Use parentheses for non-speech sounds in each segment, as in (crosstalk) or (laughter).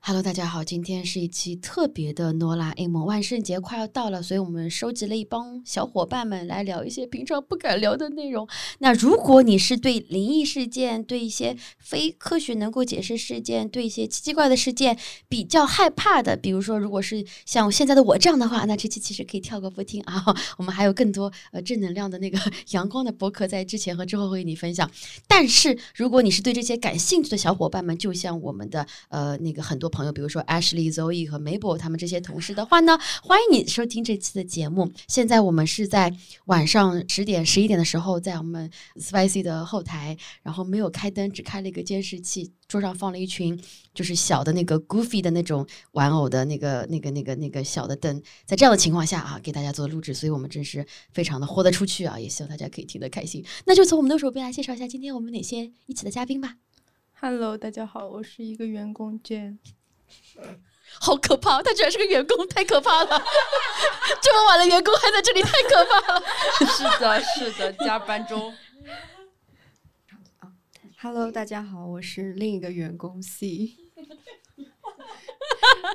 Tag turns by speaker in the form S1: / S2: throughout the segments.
S1: Hello，大家好，今天是一期特别的《哆啦 A 梦》，万圣节快要到了，所以我们收集了一帮小伙伴们来聊一些平常不敢聊的内容。那如果你是对灵异事件、对一些非科学能够解释事件、对一些奇奇怪的事件比较害怕的，比如说如果是像现在的我这样的话，那这期其实可以跳过不听啊。 (laughs) 我们还有更多呃正能量的那个 (laughs) 阳光的博客在之前和之后会给你分享。但是如果你是对这些感兴趣的小伙伴们，就像我们的呃那个很多朋友，比如说 Ashley、Zoe 和 Mabel 他们这些同事的话呢，欢迎你收听这期的节目。现在我们是在晚上十点、十一点的时候，在我们 Spicy 的后台，然后没有开灯，只开了一个监视器，桌上放了一群就是小的那个 Goofy 的那种玩偶的那个、那个、那个、那个小的灯，在这样的情况下啊，给大家做录制，所以我们真是非常的豁得出去啊，也希望大家可以听得开心。那就从我们的手边来介绍一下今天我们哪些一起的嘉宾吧。
S2: Hello，大家好，我是一个员工 Jane。
S1: 好可怕！他居然是个员工，太可怕了！ (laughs) 这么晚的员工还在这里，太可怕了。
S3: 是的，是的，加班中。
S4: Hello，大家好，我是另一个员工 C。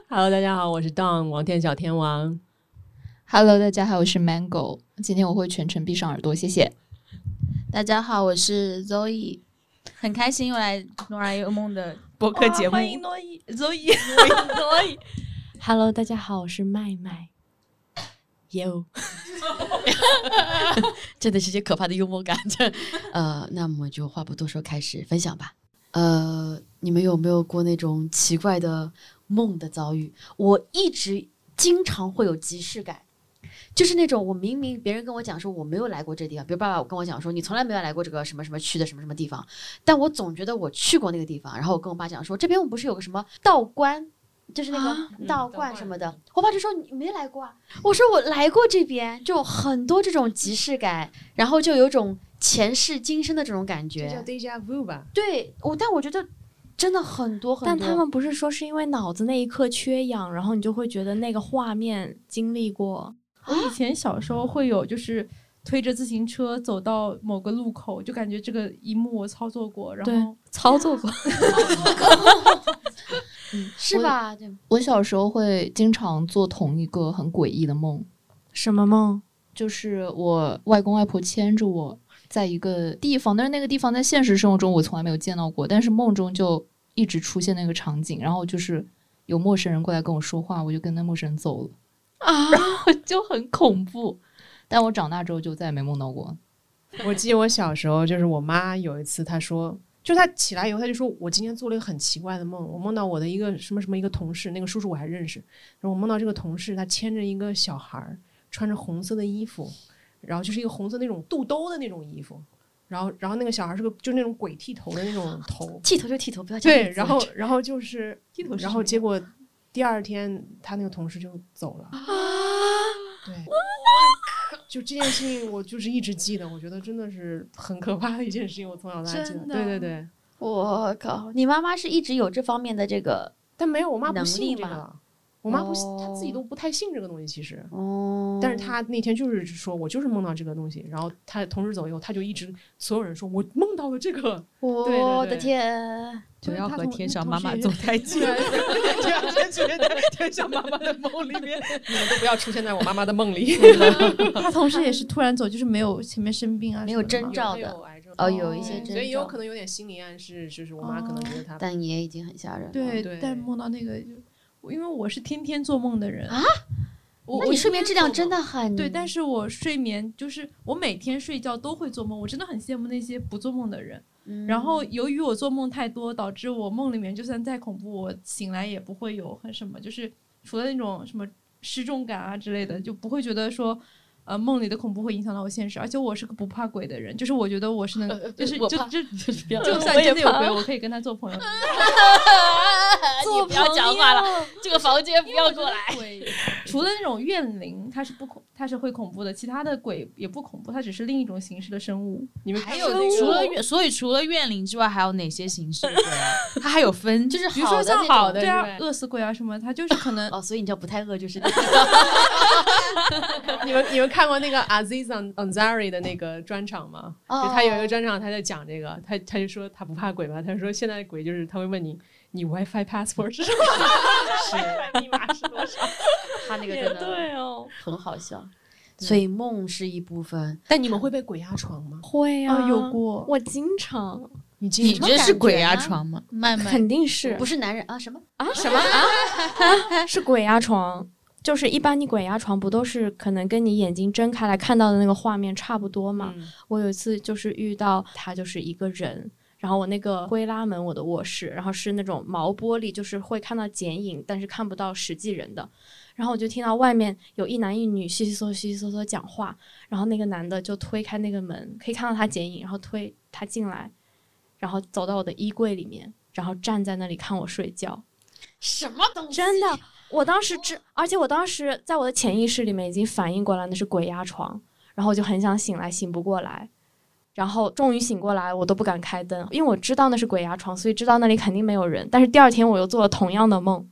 S5: Hello，大家好，我是 Don 王天小天王。
S6: Hello，大家好，我是 Mango。今天我会全程闭上耳朵，谢谢。
S7: 大家好，我是 Zoe，很开心又来《哆啦 A 梦》的播客节目。
S2: 啊
S3: 欢迎诺伊，Zoe。
S7: Zoe，
S8: Hello，大家好，我是麦麦。
S1: 有， (laughs) 真的是些可怕的幽默感。这 (laughs) 呃，那么就话不多说，开始分享吧。呃，你们有没有过那种奇怪的梦的遭遇？我一直经常会有即视感，就是那种我明明别人跟我讲说我没有来过这地方，比如爸爸跟我讲说你从来没有来过这个什么什么区的什么什么地方，但我总觉得我去过那个地方。然后我跟我爸讲说这边我们不是有个什么道观，就是那个啊嗯道观什么的，我爸就说你没来过啊，我说我来过这边，就很多这种即视感，然后就有种前世今生的这种感觉，
S4: deja vu 吧？
S1: 对我，但我觉得真的很多很多。
S8: 但他们不是说是因为脑子那一刻缺氧，然后你就会觉得那个画面经历过。
S2: 我以前小时候会有，就是推着自行车走到某个路口，就感觉这个一幕我操作过，然
S8: 对
S2: 后
S8: 操作过，
S1: 是吧？对
S6: 我小时候会经常做同一个很诡异的梦，
S8: (laughs) 什么梦？
S6: 就是我外公外婆牵着我在一个地方，但是那个地方在现实生活中我从来没有见到过，但是梦中就一直出现那个场景，然后就是有陌生人过来跟我说话，我就跟那陌生人走了， (laughs)
S1: 啊，
S6: 就很恐怖。但我长大之后就再也没梦到过。
S5: 我记得我小时候，就是我妈有一次她说，就她起来以后，她就说我今天做了一个很奇怪的梦，我梦到我的一个什么什么一个同事，那个叔叔我还认识，然后我梦到这个同事他牵着一个小孩儿，穿着红色的衣服，然后就是一个红色那种肚兜的那种衣服，然后然后那个小孩是个就是那种鬼剃头的那种头，
S1: 剃头就剃头，不要讲名
S5: 对，
S1: 字
S5: 然后然后就是
S2: 剃头是
S5: 然后
S2: 什么
S5: 结果第二天他那个同事就走了。对，就这件事情我就是一直记得，我觉得真的是很可怕的一件事情，我从小到大记得。
S2: 真的
S5: 对对对，
S1: 我靠，你妈妈是一直有这方面的这个
S5: 但没有，我妈不
S1: 能力
S5: 信这个
S1: 嘛，
S5: 我妈不信，她
S1: 哦
S5: 自己都不太信这个东西，其实。
S1: 哦，
S5: 但是她那天就是说，我就是梦到这个东西，然后她同事走以后，她就一直所有人说我梦到了这个，对对
S1: 我的
S5: 对
S1: 天，
S3: 不要和天
S5: 上
S3: 上妈妈
S2: (laughs)
S3: 走太近。
S5: 突然间出现在天上妈妈的梦里面，你们都不要出现在我妈妈的梦 (laughs) 里。
S2: (laughs) 他同时也是突然走，就是没有前面生病啊，
S1: 没有征
S2: 兆。
S1: 兆
S5: 有
S1: 的，
S5: 癌症
S1: 哦，有一些
S2: 对
S1: 征
S5: 所以有
S1: 兆哦
S5: 可，能有点心理暗示，就是我妈可能觉得她
S1: 但也已经很吓人了。
S2: 对，
S5: 对
S2: 但梦到那个就，我因为我是天天做梦的人
S1: 啊，
S2: 我
S1: 那
S2: 我
S1: 你睡眠质量真
S2: 的
S1: 的很
S2: 对，但是我睡眠就是我每天睡觉都会做梦，我真的很羡慕那些不做梦的人。
S1: 嗯
S2: 然后由于我做梦太多，导致我梦里面就算再恐怖，我醒来也不会有很什么，就是除了那种什么失重感啊之类的，就不会觉得说。呃，梦里的恐怖会影响到我现实，而且我是个不怕鬼的人，就是我觉得我是
S1: 呃
S2: 能，就是就就就算真的有鬼，我可以跟他做朋友，(laughs)
S5: (laughs)
S1: 你不要讲话了，这个房间不要过来。
S2: 除了那种怨灵，它是不恐，它是会恐怖的，其他的鬼也不恐怖，它只是另一种形式的生物。
S5: 你们
S3: 还有除了怨 (laughs) 所以除了怨灵之外，还有哪些形式的鬼啊？它还有分，就是
S2: 比如说像
S3: 好的
S2: 对
S3: 那种
S2: 啊，饿死鬼啊什么，它就是可能 (laughs)
S1: 哦，所以你叫不太饿就是
S5: (laughs) 你们你们看过那个 Aziz Ansari 的那个专场吗？就他有一个专场，他在讲这个，他他就说他不怕鬼嘛，他说现在的鬼就是他会问你你 WiFi password 是什么 (laughs) ，WiFi 密码是多少？
S1: 他那个真的
S5: 哦。
S1: 很好笑。
S5: 对
S1: 所以梦是一部分，
S5: 但你们会被鬼压床吗？
S8: 会啊，
S2: 啊有过
S8: 我经常，
S5: 你经
S3: 你
S5: 常
S3: 这是鬼
S7: 啊
S3: 压床吗？
S7: 慢慢
S8: 肯定是
S1: 不是男人啊什么？
S8: 啊什么啊是鬼压床。就是一般你鬼压床不都是可能跟你眼睛睁开来看到的那个画面差不多嘛？
S5: 嗯
S8: 我有一次就是遇到他就是一个人，然后我那个推拉门我的卧室，然后是那种毛玻璃，就是会看到剪影，但是看不到实际人的。然后我就听到外面有一男一女稀稀嗦嗦稀稀嗦嗦讲话，然后那个男的就推开那个门，可以看到他剪影，然后推他进来，然后走到我的衣柜里面，然后站在那里看我睡觉。
S1: 什么东
S8: 真的，我当时知，而且我当时在我的潜意识里面已经反应过来那是鬼压床，然后我就很想醒来，醒不过来，然后终于醒过来，我都不敢开灯，因为我知道那是鬼压床，所以知道那里肯定没有人。但是第二天我又做了同样的梦，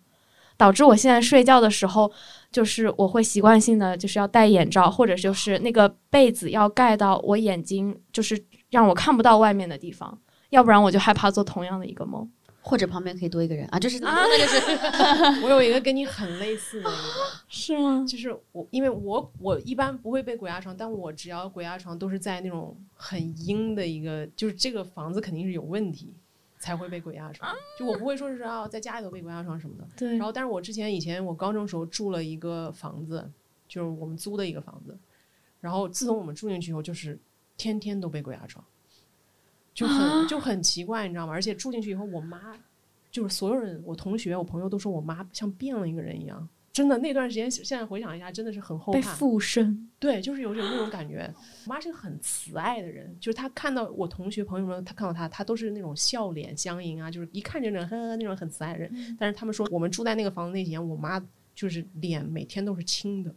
S8: 导致我现在睡觉的时候，就是我会习惯性的就是要戴眼罩，或者就是那个被子要盖到我眼睛，就是让我看不到外面的地方，要不然我就害怕做同样的一个梦。
S1: 或者旁边可以多一个人啊，就是
S6: 那就是
S5: (laughs) 我有一个跟你很类似的一个，
S8: 是吗？
S5: 就是我，因为我我一般不会被鬼压床，但我只要鬼压床都是在那种很阴的一个，就是这个房子肯定是有问题才会被鬼压床。就我不会说是啊，在家里头被鬼压床什么的。
S8: 对
S5: 然后，但是我之前以前我高中时候住了一个房子，就是我们租的一个房子。然后自从我们住进去以后，就是天天都被鬼压床，就很、
S8: 啊
S5: 就很奇怪，你知道吗？而且住进去以后，我妈就是所有人，我同学、我朋友都说我妈像变了一个人一样。真的那段时间，现在回想一下，真的是很后
S8: 被
S5: 怕。
S8: 附身，
S5: 对，就是有种那种感觉。我妈是个很慈爱的人，就是她看到我同学朋友们，她看到她，她都是那种笑脸相迎啊，就是一看就那种呵呵那种很慈爱的人。但是他们说，我们住在那个房子那几天，我妈就是脸每天都是青的，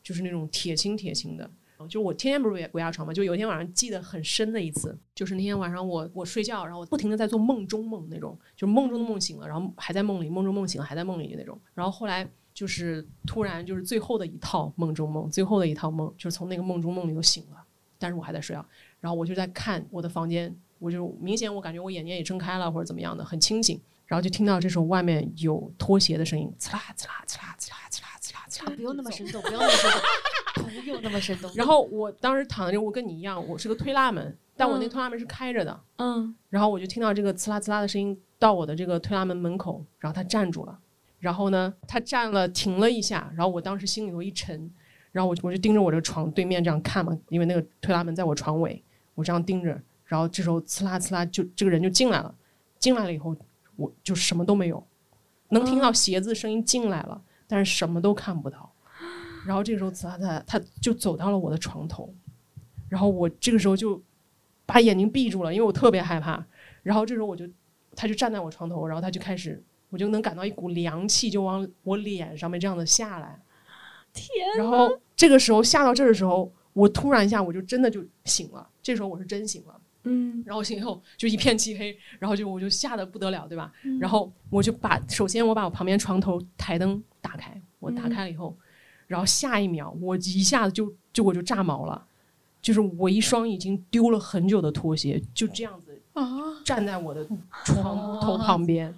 S5: 就是那种铁青铁青的。哦就是我天天不是鬼鬼压床嘛，就有一天晚上记得很深的一次，就是那天晚上我我睡觉，然后我不停的在做梦中梦那种，就是梦中的梦醒了，然后还在梦里，梦中梦醒了还在梦里那种。然后后来就是突然就是最后的一套梦中梦，最后的一套梦，就是从那个梦中梦里头醒了，但是我还在睡啊。然后我就在看我的房间，我就明显我感觉我眼睛也睁开了或者怎么样的，很清醒。然后就听到这时候外面有拖鞋的声音，呲啦呲啦呲啦呲啦呲啦呲啦呲啦。
S1: 不用那么生动，不 (laughs) 用那么生动，不用那么生动。
S5: 然后我当时躺在这，我跟你一样，我是个推拉门，但我那
S8: 嗯
S5: 推拉门是开着的。
S8: 嗯，
S5: 然后我就听到这个呲啦呲啦的声音到我的这个推拉门门口，然后他站住了，然后呢，他站了停了一下，然后我当时心里头一沉，然后我我就盯着我这个床对面这样看嘛，因为那个推拉门在我床尾，我这样盯着，然后这时候呲啦呲啦就这个人就进来了，进来了以后我就什么都没有，能听
S8: 嗯
S5: 到鞋子声音进来了，但是什么都看不到，然后这个时候呲啦呲啦他就走到了我的床头，然后我这个时候就。把眼睛闭住了，因为我特别害怕。然后这时候我就，他就站在我床头，然后他就开始，我就能感到一股凉气就往我脸上面这样的下来。天！然后这个时候下到这儿的时候，我突然一下我就真的就醒了。这时候我是真醒了，
S8: 嗯，
S5: 然后醒以后就一片漆黑，然后就我就吓得不得了，对吧？然后我就把首先我把我旁边床头台灯打开，我打开了以后，然后下一秒我一下子就就我就炸毛了，就是我一双已经丢了很久的拖鞋就这样子站在我的床头旁边，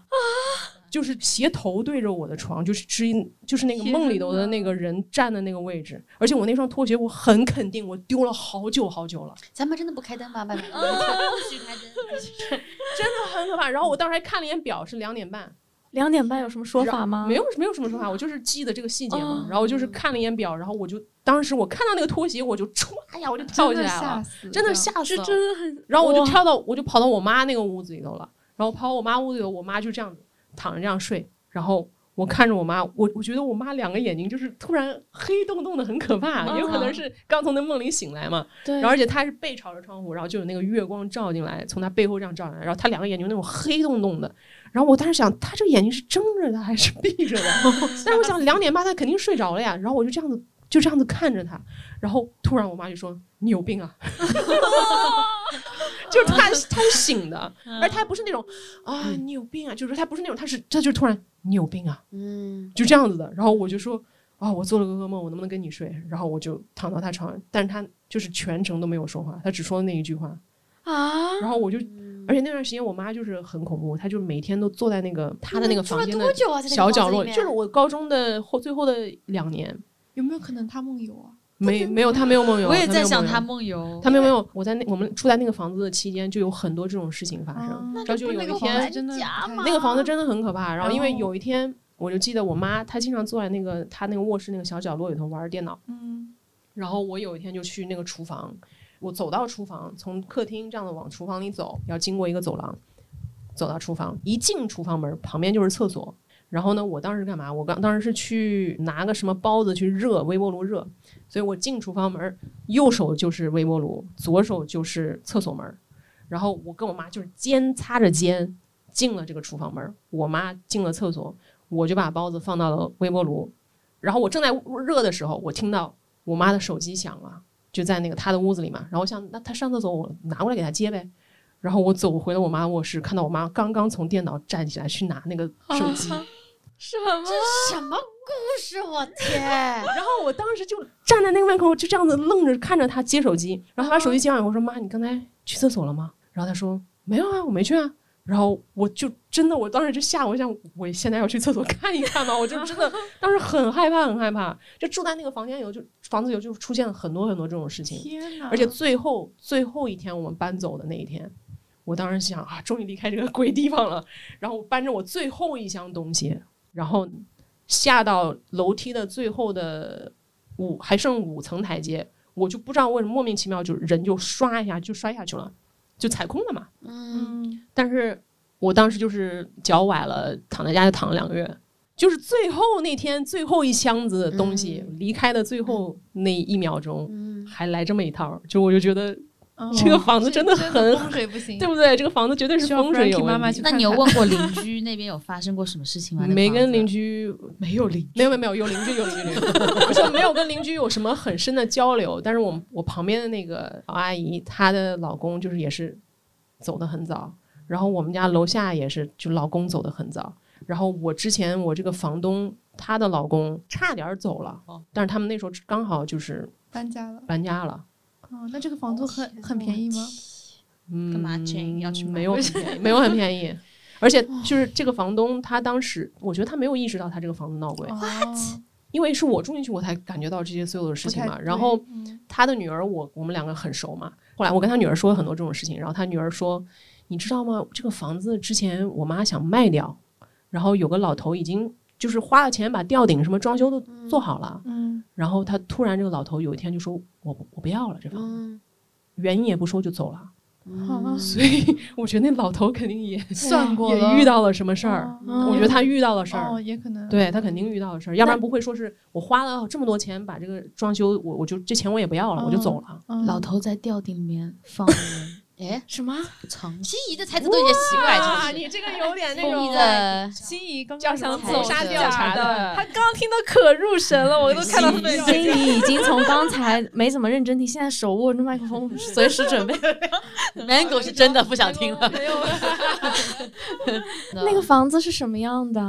S5: 就是斜头对着我的床，就是是一就是那个梦里头的那个人站的那个位置，而且我那双拖鞋我很肯定我丢了好久好久了，
S1: 咱们真的不开灯吧，外面。
S7: 不许开灯，
S5: 很 (laughs) 可怕。然后我当时还看了一眼表，是两点半。
S8: 两点半有什么说法吗？
S5: 没有没有什么说法，我就是记得这个细节嘛。
S8: 哦
S5: 然后我就是看了一眼表，然后我就当时我看到那个拖鞋，我就歘呀，我就跳起来了，
S2: 死
S5: 真的吓死
S8: 这
S5: 了。
S8: 真的很，
S5: 然后我就跳到，我就跑到我妈那个屋子里头了。然后跑到我妈屋子里头，我妈就这样子躺着这样睡。然后我看着我妈，我我觉得我妈两个眼睛就是突然黑洞洞的，很可怕，也有可能是刚从那梦里醒来嘛。
S8: 对，
S5: 然后而且她是背朝着窗户，然后就有那个月光照进来，从她背后这样照进来，然后她两个眼睛那种黑洞洞的。然后我当时想， (laughs) 她这个眼睛是睁着的还是闭着的？但是我想两点半她肯定睡着了呀。然后我就这样子就这样子看着他，然后突然我妈就说：“你有病啊！” (laughs) 就是他他是醒的，而他不是那种啊你有病啊，就是他不是那种，他是他就突然你有病啊，
S1: 嗯，
S5: 就这样子的。然后我就说啊，我做了个噩梦，我能不能跟你睡？然后我就躺到他床上，但是他就是全程都没有说话，他只说那一句话啊。然后我就，
S1: 嗯
S5: 而且那段时间我妈就是很恐怖，她就每天都坐在那个她的那个
S1: 住了
S5: 房间
S1: 多
S5: 的
S1: 久啊？在那个
S5: 小
S1: 房子
S5: 角
S1: 里
S5: 落，
S1: 面
S5: 就是我高中的后最后的两年，
S2: 有没有可能他梦游啊？
S5: 没没有她没有梦游，
S3: 我也
S5: 她
S3: 在
S5: 没有
S3: 想
S5: 梦游
S3: 他梦游，
S5: 他们有没有？我在那我们住在那个房子的期间，就有很多这种事情发
S1: 啊
S5: 生。
S2: 啊
S5: 然后就有一天，
S2: 真的
S5: 那个房子真的很可怕。然后因为
S2: 然后
S5: 有一天，我就记得我妈她经常坐在那个她那个卧室那个小角落里头玩电脑。
S2: 嗯，
S5: 然后我有一天就去那个厨房，我走到厨房，从客厅这样的往厨房里走，要经过一个走廊，走到厨房，一进厨房门旁边就是厕所。然后呢，我当时干嘛？我刚当时是去拿个什么包子去热微波炉热，所以我进厨房门，右手就是微波炉，左手就是厕所门。然后我跟我妈就是肩擦着肩进了这个厨房门，我妈进了厕所，我就把包子放到了微波炉。然后我正在热的时候，我听到我妈的手机响了，就在那个她的屋子里嘛。然后我想，那她上厕所，我拿过来给她接呗。然后我走回了我妈卧室，看到我妈刚刚从电脑站起来去拿那个手机，
S1: 什么故事？我天！
S5: 然 (laughs) 后我当时就 (laughs) 站在那个门口，就这样子愣着看着她接手机。然后她把手机接完以后，我说：“妈，你刚才去厕所了吗？”然后她说：“没有啊，我没去啊。”然后我就真的，我当时就吓我，我想我现在要去厕所看一看吧，我就 (laughs) 真的当时很害怕，很害怕。就住在那个房间里头，就房子里头就出现了很多很多这种事情。
S2: 天哪！
S5: 而且最后最后一天我们搬走的那一天，我当时想啊，终于离开这个鬼地方了。然后我搬着我最后一箱东西，然后下到楼梯的最后的五还剩五层台阶，我就不知道为什么莫名其妙就人就唰一下就摔下去了，就踩空了嘛。
S1: 嗯，
S2: 嗯，
S5: 但是我当时就是脚崴了，躺在家就躺了两个月。就是最后那天最后一箱子的东西、离开的最后那一秒钟，
S1: 嗯
S5: 还来这么一套，就我就觉得
S2: 哦
S5: 这个房子真的
S2: 这
S5: 很
S2: 风水不行，
S5: 对不对？这个房子绝对是
S2: 需要
S5: 风水有
S2: Frankie
S5: 问题。
S2: 妈妈去
S3: 那
S2: 看
S3: 你有
S2: 看
S3: 问过邻居那边有发生过什么事
S5: (laughs)
S3: 情吗？
S5: 没跟邻
S3: 居，
S2: (laughs)
S5: 居没有邻没有没有没有有邻居有邻居有邻居，我说没有跟邻居有什么很深的交流，但是我我旁边的那个老阿姨，她的老公就是也是走的很早，然后我们家楼下也是，就老公走的很早，然后我之前我这个房东她的老公差点儿走了，
S2: 哦
S5: 但是他们那时候刚好就是
S2: 搬家了。
S5: 搬家了。
S2: 哦，那这个房租很很便宜吗？
S5: 嗯，
S3: 干嘛 Jane 要去买
S5: 没有很便宜，没有很便宜。而且就是这个房东，他当时我觉得他没有意识到他这个房子闹鬼，
S2: 哦，
S5: 因为是我住进去我才感觉到这些所有的事
S2: 不
S5: 情
S2: 太
S5: 嘛。然
S2: 对
S5: 后
S2: 嗯
S5: 他的女儿我，我们两个很熟嘛。后来我跟他女儿说了很多这种事情，然后他女儿说：“你知道吗？这个房子之前我妈想卖掉，然后有个老头已经就是花了钱把吊顶什么装修都做好了，
S2: 嗯，
S5: 然后他突然这个老头有一天就说：‘我不我不要了这房子，
S1: 嗯
S5: 原因也不说就走了。’
S2: 好，啊
S5: 所以我觉得那老头肯定也
S2: (laughs) 算过了，
S5: 也遇到了什么事儿。
S2: 哦，
S5: 我觉得他遇到了事儿，
S2: 哦，也可能，
S5: 对他肯定遇到了事儿，要不然不会说是我花了这么多钱把这个装修，我我就这钱我也不要了，我就走了。 (laughs)
S2: 嗯
S7: 老头在吊顶里面放了人
S1: 哎，
S8: 什么？
S7: 长
S1: (laughs)
S7: 期仪的猜测都有些奇怪，
S9: 啊
S7: 真
S5: 你这个有点
S7: 是。风仪的
S2: 心仪刚
S5: 叫
S2: 刚
S5: 什么
S2: 想走
S5: 谋
S2: 下
S5: 杀调查的，
S2: 他刚听得可入神了，我都看到
S5: 心
S2: 粉
S5: 仪
S2: 丝
S8: 心里已经从刚才没怎么认真听，现在手握着麦克风，随时准备。
S7: ，Mango 是真的不想听了。
S2: 没有
S8: 那个房子是什么样的？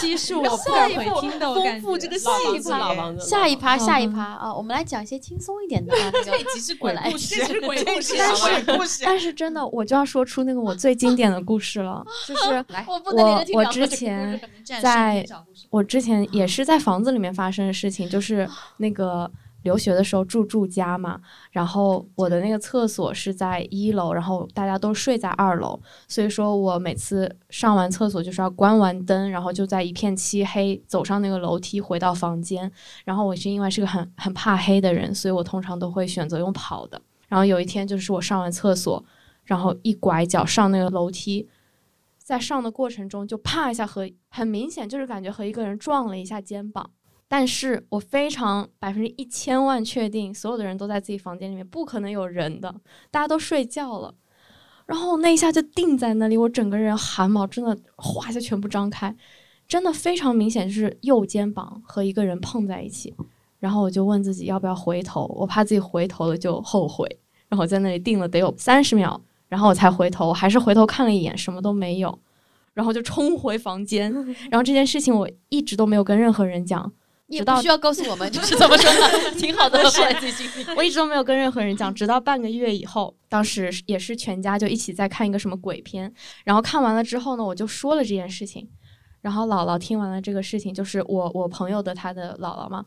S2: 其实我不敢回听的，我感觉
S5: 这个老房子，老房子，
S1: (laughs) 下一趴，下一趴啊！我们来讲一些轻松一点的啊。这个
S3: 即是鬼
S1: 来
S3: 故事
S1: (laughs)
S5: 这，是鬼故事，
S3: 这是鬼故事。
S8: 但是真的，我就要说出那个我最经典的故事了，就是
S7: 我不
S8: 我我之前在
S3: 小故事
S8: 我之前也是在房子里面发生的事情，就是那个留学的时候住住家嘛，然后我的那个厕所是在一楼，然后大家都睡在二楼，所以说我每次上完厕所就是要关完灯，然后就在一片漆黑走上那个楼梯回到房间，然后我是因为是个很很怕黑的人，所以我通常都会选择用跑的。然后有一天就是我上完厕所，然后一拐脚上那个楼梯，在上的过程中就啪一下和很明显就是感觉和一个人撞了一下肩膀，但是我非常百分之一千万确定所有的人都在自己房间里面，不可能有人的，大家都睡觉了。然后那一下就定在那里，我整个人汗毛真的哗一下全部张开，真的非常明显，就是右肩膀和一个人碰在一起。然后我就问自己要不要回头，我怕自己回头了就后悔。然后我在那里定了得有三十秒，然后我才回头，我还是回头看了一眼，什么都没有，然后就冲回
S1: (laughs)
S8: 房间。然后这件事情我一直都没有跟任何人讲，
S1: 你也
S8: 直
S1: 不
S8: 到
S1: 需要告诉我
S8: (laughs)
S1: 们，就是怎么说 (laughs) 的，挺好的，放在自己心里。
S8: 我一直都没有跟任何人讲，直到半个月以后，当时是也是全家就一起在看一个什么鬼片，然后看完了之后呢，我就说了这件事情，然后姥姥听完了这个事情，就是我我朋友的她的姥姥嘛，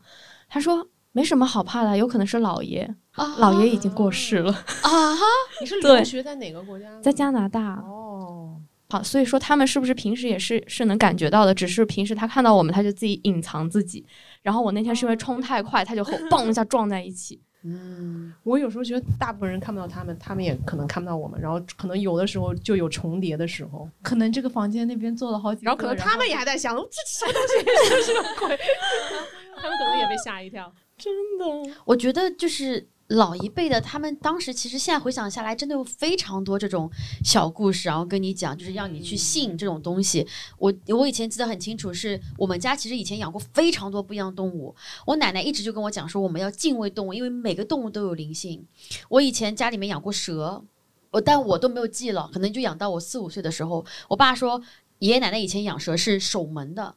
S8: 她说没什么好怕的，有可能是姥爷，
S1: 啊
S8: 姥爷已经过世了，
S1: 啊哈，
S5: 你是留
S8: 对
S5: 学在哪个国家？
S8: 在加拿大。
S5: 哦，
S8: 好，所以说他们是不是平时也是是能感觉到的？只是平时他看到我们，他就自己隐藏自己。然后我那天是因为冲太快，他就和我嘣一下撞在一起。
S5: 嗯，我有时候觉得大部分人看不到他们，他们也可能看不到我们，然后可能有的时候就有重叠的时候，
S2: 可能这个房间那边坐了好几个，
S5: 然后可能他们也还在想这什么东西，是不是个鬼？ (laughs) 他们可能也被吓一跳。
S1: 我觉得就是老一辈的，他们当时其实现在回想下来，真的有非常多这种小故事，然后跟你讲，就是让你去信这种东西。我我以前记得很清楚，是我们家其实以前养过非常多不一样的动物。我奶奶一直就跟我讲说，我们要敬畏动物，因为每个动物都有灵性。我以前家里面养过蛇，我但我都没有记了，可能就养到我四五岁的时候，我爸说爷爷奶奶以前养蛇是守门的。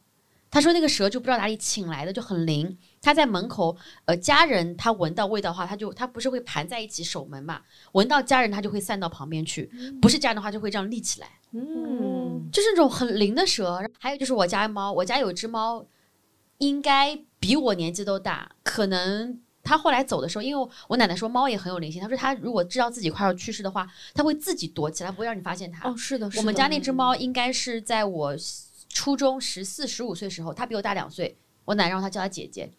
S1: 他说那个蛇就不知道哪里请来的，就很灵。他在门口呃，家人他闻到味道的话，他就他不是会盘在一起守门嘛？闻到家人，他就会散到旁边去；
S8: 嗯
S1: 不是家人的话，就会这样立起来，
S5: 嗯，
S1: 就是那种很灵的蛇。还有就是我家猫，我家有只猫，应该比我年纪都大，可能。它后来走的时候，因为我奶奶说猫也很有灵性，她说它如果知道自己快要去世的话，它会自己躲起来，不会让你发现它。，
S8: 哦是的嗯
S1: 我们家那只猫应该是在我初中十四、十五岁时候，它比我大两岁。我奶奶让它叫它姐姐，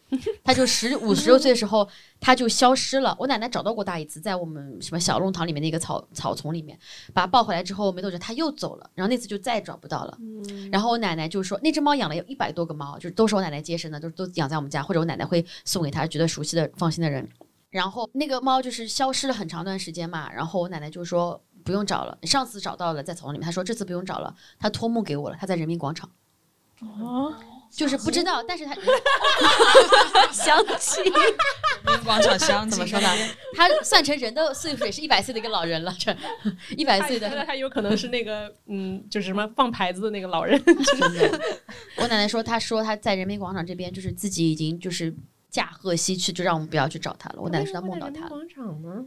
S1: 它就十五十六岁的时候，它就消失了。我奶奶找到过它一次，在我们什么小弄堂里面的一个草草丛里面，把它抱回来之后，没多久它又走了，然后那次就再也找不到了。然后我奶奶就说，那只猫养了有一百多个猫，就是都是我奶奶接生的，都都养在我们家，或者我奶奶会送给她觉得熟悉的、放心的人。然后那个猫就是消失了很长段时间嘛，然后我奶奶就说不用找了，上次找到了在草丛里面，她说这次不用找了，她托梦给我了，她在人民广场，
S2: 哦，
S1: 就是不知道，但是她
S8: 想起
S3: 人民广场相亲
S1: 怎么说呢？她算成人的岁数也是一百岁的一个老人了，
S5: (laughs)
S1: 这一百岁的
S5: 他有可能是
S2: (laughs)
S5: 那个嗯，就是什么放牌子的那个老人，
S1: 真的。 (laughs) 我奶奶说，她说她在人民广场这边，就是自己已经就是驾鹤西去，就让我们不要去找她了。我奶奶说她梦到她了，
S5: 广场吗？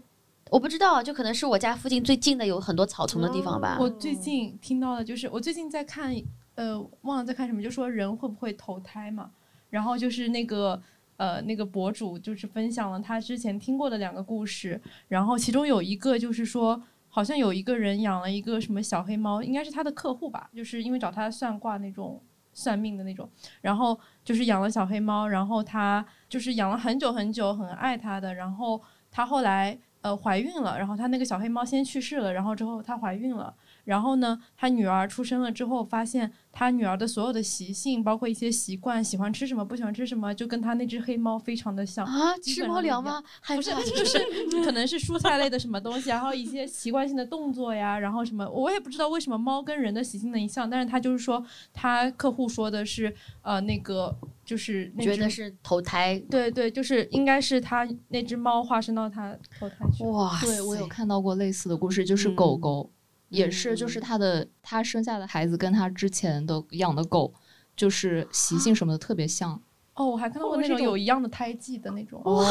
S1: 我不知道，就可能是我家附近最近的有很多草丛的地方
S5: 哦
S1: 吧。
S2: 我最近听到的就是，我最近在看，呃，忘了在看什么，就说人会不会投胎嘛？然后就是那个呃，那个博主就是分享了他之前听过的两个故事，然后其中有一个就是说，好像有一个人养了一个什么小黑猫，应该是他的客户吧，就是因为找他算卦那种算命的那种，然后就是养了小黑猫，然后他就是养了很久很久，很爱它的，然后她后来呃怀孕了，然后她那个小黑猫先去世了，然后之后她怀孕了，然后呢，她女儿出生了之后，发现她女儿的所有的习性，包括一些习惯，喜欢吃什么，不喜欢吃什么，就跟她那只黑猫非常的像。
S1: 啊，
S2: 基
S1: 吃
S2: 本
S1: 猫
S2: 上
S1: 粮
S2: 都一
S1: 吗？害
S2: (laughs) 不是 (laughs)
S1: 怕，
S2: 就是可能是蔬菜类的什么东西，然后一些习惯性的动作呀，然后什么，我也不知道为什么猫跟人的习性能像，但是他就是说，他客户说的是，呃，那个就是那
S1: 觉得
S2: 只
S1: 是投胎。
S2: 对对，就是应该是他那只猫化身到他投胎去了。
S1: 哇
S6: 对，我有看到过类似的故事，就是狗狗、也是，就是它的它生下的孩子跟它之前的养的狗，就是习性什么的特别像。
S2: 哦，我还看到过那种有一样的胎记的那种。
S5: 哦，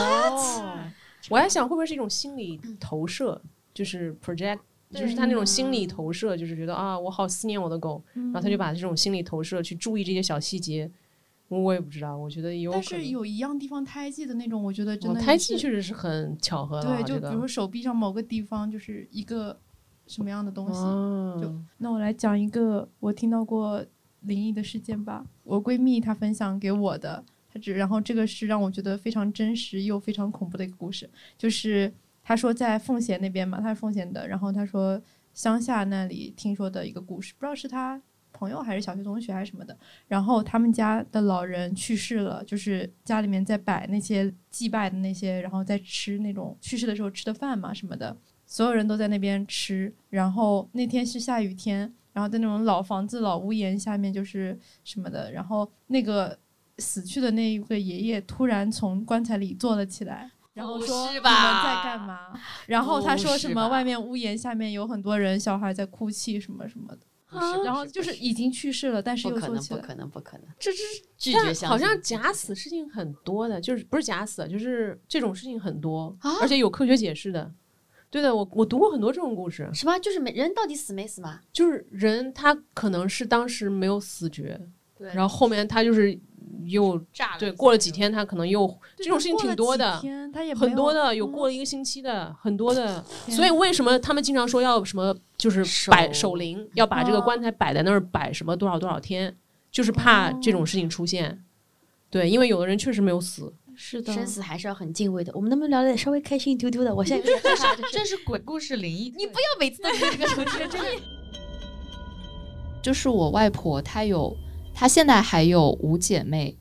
S5: 我还想会不会是一种心理投射，就是 project。就是他那种心理投射，就是觉得啊，我好思念我的狗，然后他
S2: 嗯
S5: 就把这种心理投射去注意这些小细节。我也不知道，我觉得也有可
S2: 但
S5: 能。
S2: 是有一样地方胎记的那种，我觉得真
S5: 哦
S2: 的、
S5: 胎记确实是很巧合了啊，
S2: 对，就
S5: 这
S2: 比
S5: 个
S2: 如说手臂上某个地方就是一个什么样的东西。
S5: 哦
S2: 就那我来讲一个我听到过灵异的事件吧，我闺蜜她分享给我的，她只然后这个是让我觉得非常真实又非常恐怖的一个故事，就是她说在奉贤那边嘛，她是奉贤的，然后她说乡下那里听说的一个故事，不知道是她朋友还是小学同学还是什么的，然后他们家的老人去世了，就是家里面在摆那些祭拜的那些，然后在吃那种去世的时候吃的饭嘛什么的，所有人都在那边吃。然后那天是下雨天，然后在那种老房子、老屋檐下面就是什么的，然后那个死去的那一个爷爷突然从棺材里坐了起来。然后说你
S3: 不是
S2: 们
S3: 吧
S2: 在干嘛？然后他
S3: 不
S2: 说
S3: 是
S2: 什么
S3: 吧
S2: 外面屋檐下面有很多人，小孩在哭泣什么什么的。然后就是已经去世了，但是
S1: 不
S2: 又
S1: 可
S2: 说
S1: 能，
S2: 起
S1: 不
S2: 来，
S1: 可能，不可能，
S5: 这这是
S1: 拒绝相信。
S5: 好像假死事情很多的，就是不是假死，啊就是这种事情很多，而且有科学解释的。对的，我我读过很多这种故事，
S1: 什么就是没人到底死没死嘛？
S5: 就是人他可能是当时没有死觉，然后后面他就是又
S3: 炸了，
S5: 对过了几，天，他可能又
S2: 对
S5: 这种事情
S2: 过了
S5: 挺多
S2: 几
S5: 的
S2: 天他也没
S5: 很多的，有
S2: 嗯
S5: 过了一个星期的，很多的。
S2: 天
S5: 所以为什么他们经常说要什么，就是摆
S1: 手
S5: 守灵，要把这个
S2: 哦
S5: 棺材摆在那儿摆什么多少多少天，就是怕这种事情出现。对，因为有的人确实没有死，
S8: 是的，
S1: 生死还是要很敬畏的。我们能不能聊得稍微开心一丢丢的？我现在有点害怕，
S3: (laughs)
S1: 就是
S3: 这是鬼故事灵异特辑，你不
S1: 要每次都提这个主题人，真的
S6: 就是我外婆，她有，她现在还有五姐妹，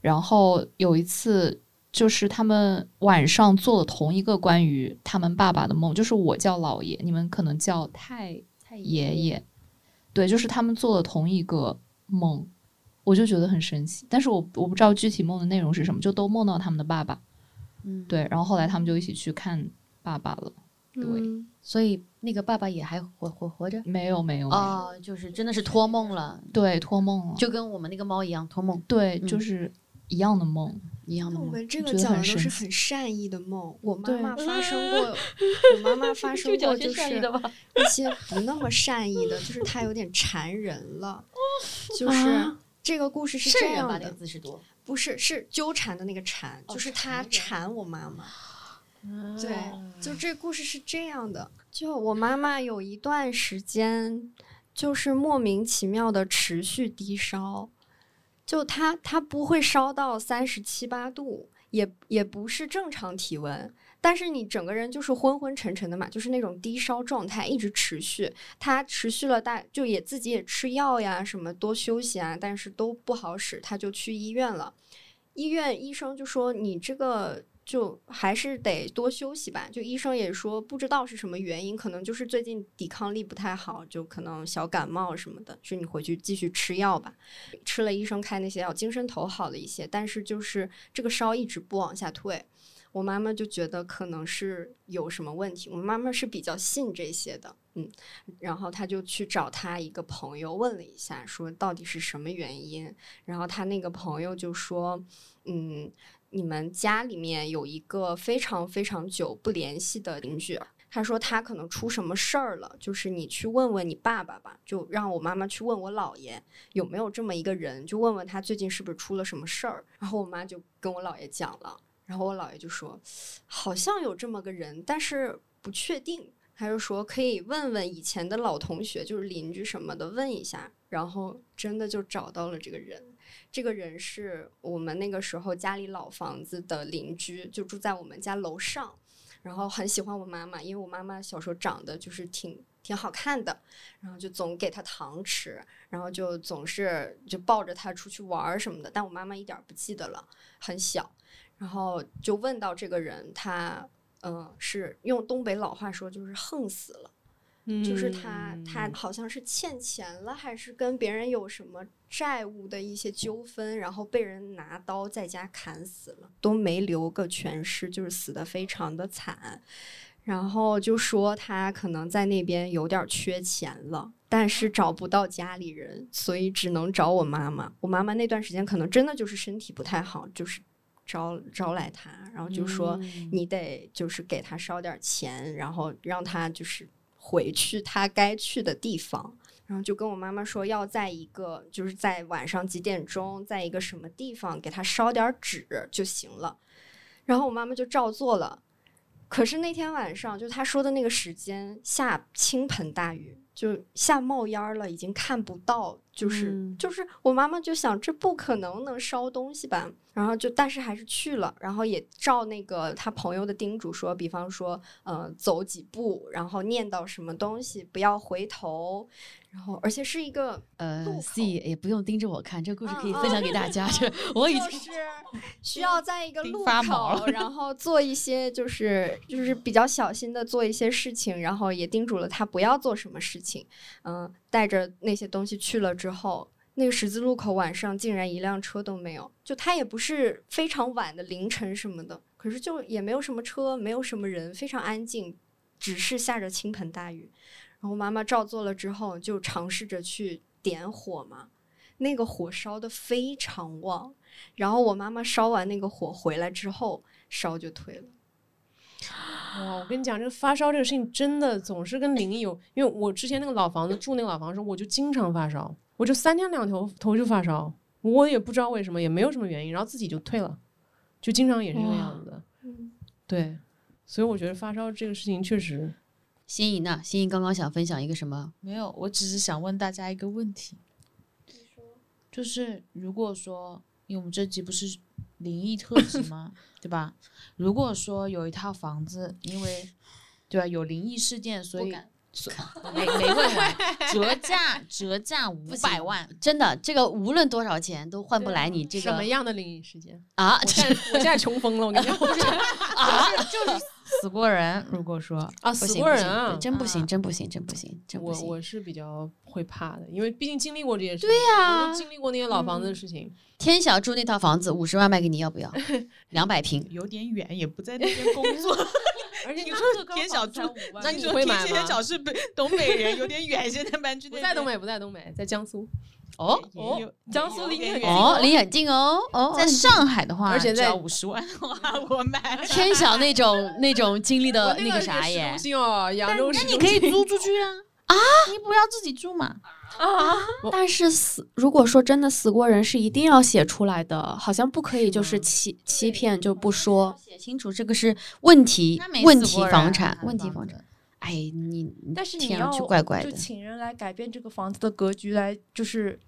S6: 然后有一次就是她们晚上做了同一个关于她们爸爸的梦，就是我叫姥爷，你们可能叫太爷爷，对，就是他们做了同一个梦，我就觉得很神奇，但是我我不知道具体梦的内容是什么，就都梦到他们的爸爸，
S1: 嗯，
S6: 对，然后后来他们就一起去看爸爸了，对，
S8: 嗯
S1: 所以那个爸爸也还活活活着
S6: 没有没有，没有
S1: 哦，就是真的是托梦了，
S6: 对，托梦了，
S1: 就跟我们那个猫一样托梦
S6: 对，
S1: 嗯
S6: 就是一样的梦。
S1: 一样的
S4: 我
S1: 梦。
S4: 们这个
S6: 觉得
S4: 讲的
S6: 很
S4: 都是
S6: 神奇
S4: 很善意的梦。我妈
S6: 对
S4: 妈发生过，我妈妈发生过就是
S1: 吧？
S4: 一些不那么善意的，就是她有点缠人了，就是
S8: 啊。
S4: 这个故事是这
S1: 瘆人
S4: 样
S1: 吧？那个
S4: 的，
S1: 字是多，
S4: 不是是纠缠的那个缠，
S1: 哦
S4: 就是
S1: 缠哦
S4: 她
S1: 人
S4: 缠我妈妈。对，就这故事是这样的，就我妈妈有一段时间就是莫名其妙的持续低烧，就她她不会烧到三十七八度，也也不是正常体温。但是你整个人就是昏昏沉沉的嘛，就是那种低烧状态一直持续，她持续了大就也自己也吃药呀，什么多休息啊，但是都不好使，她就去医院了。医院医生就说你这个就还是得多休息吧。就医生也说不知道是什么原因，可能就是最近抵抗力不太好，就可能小感冒什么的，就你回去继续吃药吧。吃了医生开那些药，精神头好了一些，但是就是这个烧一直不往下退。我妈妈就觉得可能是有什么问题，我妈妈是比较信这些的，嗯，然后她就去找她一个朋友问了一下，说到底是什么原因，然后她那个朋友就说，嗯，你们家里面有一个非常非常久不联系的邻居，啊他说他可能出什么事儿了，就是你去问问你爸爸吧，就让我妈妈去问我姥爷有没有这么一个人，就问问他最近是不是出了什么事儿。然后我妈就跟我姥爷讲了，然后我姥爷就说好像有这么个人，但是不确定。他就说可以问问以前的老同学，就是邻居什么的，问一下。然后真的就找到了这个人。这个人是我们那个时候家里老房子的邻居，就住在我们家楼上，然后很喜欢我妈妈，因为我妈妈小时候长得就是挺挺好看的，然后就总给她糖吃，然后就总是就抱着她出去玩儿什么的，但我妈妈一点儿不记得了，很小，然后就问到这个人，他嗯、呃是用东北老话说就是横死了。就是他他好像是欠钱了，还是跟别人有什么债务的一些纠纷，然后被人拿刀在家砍死了，都没留个全尸，就是死的非常的惨。然后就说他可能在那边有点缺钱了，但是找不到家里人，所以只能找我妈妈。我妈妈那段时间可能真的就是身体不太好，就是招招来他，然后就说你得就是给他烧点钱，然后让他就是回去他该去的地方。然后就跟我妈妈说，要在一个就是在晚上几点钟，在一个什么地方给他烧点纸就行了。然后我妈妈就照做了。可是那天晚上，就他说的那个时间下倾盆大雨，就下冒烟儿了，已经看不到，就是、
S5: 嗯
S4: 就是我妈妈就想，这不可能能烧东西吧？然后就但是还是去了，然后也照那个他朋友的叮嘱说，比方说，呃，走几步，然后念叨什么东西，不要回头，然后而且是一个
S1: 呃
S4: 路口
S1: ，C 也不用盯着我看，这个故事可以
S4: 嗯嗯
S1: 分享给大家。这我已
S4: 就
S1: 经
S4: 是需要在一个
S3: 已经
S4: 路
S3: 发毛
S4: 口，然后做一些就是就是比较小心的做一些事情，然后也叮嘱了他不要做什么事情。嗯，带着那些东西去了之后，那个十字路口晚上竟然一辆车都没有，就他也不是非常晚的凌晨什么的，可是就也没有什么车，没有什么人，非常安静，只是下着倾盆大雨。然后妈妈照做了之后，就尝试着去点火嘛。那个火烧的非常旺，然后我妈妈烧完那个火回来之后，烧就退了。
S5: 哇，哦我跟你讲，这个发烧这个事情真的总是跟灵异有，因为我之前那个老房子住那个老房子的时候，我就经常发烧，我就三天两头头就发烧，我也不知道为什么，也没有什么原因，然后自己就退了，就经常也是这个样子。
S4: 嗯，
S5: 对，所以我觉得发烧这个事情确实，
S1: 心仪呢？心仪刚刚想分享一个什么？
S3: 没有，我只是想问大家一个问题，就是如果说，因为我们这集不是灵异
S1: (laughs)
S3: 特辑吗？对吧？如果说有一套房子，因为对吧有灵异事件，所以所没没
S1: (laughs)
S3: 问我折价折价五百万，
S1: 真的，这个无论多少钱都换不来你这
S5: 什么
S1: 个
S5: 样的灵异事
S1: (laughs)
S5: 件？
S1: 啊！
S5: 我现在我现在穷疯了，我跟你讲，不是
S1: (laughs)
S3: 死过人。如果说
S1: (laughs)
S5: 啊，
S1: 不
S5: 死
S1: 行
S5: 过
S1: 不
S5: 人
S1: 行
S5: 啊
S1: 对！真不行，
S3: 啊
S1: 真不行，真不行，真不
S5: 我
S1: 行！
S5: 我是比较会怕的，因为毕竟经历过这些事情，对呀、我都经历过那些老房
S1: 嗯
S5: 子的事情，
S1: 天晓住那套房子五十万卖给你，要不要？两百平，
S3: 有点远，也不在那边工
S1: (laughs)
S3: 作，
S5: 而且你
S3: 你说田小猪
S2: 五
S3: 那
S2: 万，
S5: 你
S3: 你说
S5: 会
S3: 天
S5: 买
S3: 津
S5: 吗
S3: 人小是北东北人，有点远，现在搬去
S5: 不
S3: 那
S5: 在东
S3: 边
S5: 北，不在东北，在江苏，
S1: 哦
S3: 也有
S2: 哦江苏离你很近
S1: 哦，离很近哦哦，
S3: 在上海的话，
S5: 而且在
S3: 五十万的话，我买。
S1: 天晓那种那种经历的
S5: 我
S1: 那
S5: 个
S1: 啥
S5: 也
S1: 耶
S5: 市中！心哦，扬州市
S3: 那
S5: 中
S3: 你
S5: 心。
S3: 可以租出去啊啊！你不要自己住嘛？
S8: 但是死，如果说真的死过人，是一定要写出来的，好像不可以就是欺欺骗就不说。
S1: 写清楚这个是问题
S3: 他没，
S1: 问
S3: 死
S1: 题
S3: 过人
S1: 房
S3: 啊
S1: 产
S3: 他，的
S1: 问题
S3: 房
S1: 房
S3: 子
S1: 产。哎，你
S2: 但是你
S1: 天啊，
S2: 要
S1: 就怪怪
S2: 就
S1: 的。
S2: 请人来改变这个房子的格局，来就是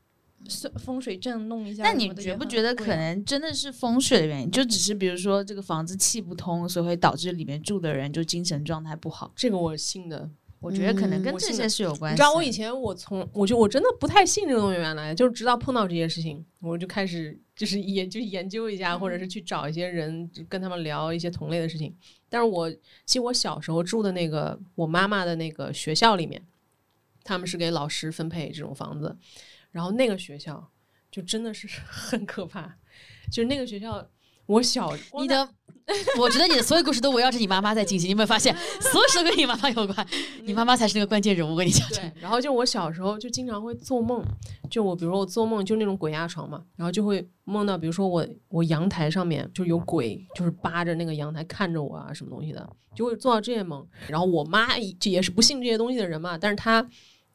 S2: 算风水阵弄一下
S3: 但
S2: 什
S3: 你
S2: 么的也
S3: 觉
S2: 很贵啊。
S3: 不觉得可能真的是风水的原因？就只是比如说这个房子气不通，所以会导致里面住的人就精神状态不好。
S5: 这个我信的，
S3: 我觉得可能
S1: 嗯
S3: 跟
S5: 我
S3: 这
S5: 信
S3: 些
S5: 的
S3: 是有关系。
S5: 你知道我以前我从我就我真的不太信这个东西，原来就是直到碰到这些事情，我就开始就是研就研究一下，或
S3: 嗯
S5: 者是去找一些人就跟他们聊一些同类的事情。但是我其实我小时候住的那个我妈妈的那个学校里面，他们是给老师分配这种房子，然后那个学校就真的是 (laughs) 很可怕，就是那个学校。我小
S1: 你的， (laughs) 我觉得你的所有故事都围绕着你妈妈在进行。你有没有发 (laughs) 现，所有事都跟你妈妈有 (laughs) 关？你妈妈才是那个关键人物。我跟你讲，
S5: 对，然后就我小时候就经常会做梦，就我比如说我做梦就那种鬼压床嘛，然后就会梦到比如说我我阳台上面就有鬼，就是扒着那个阳台看着我啊什么东西的，就会做到这些梦。然后我妈也也是不信这些东西的人嘛，但是她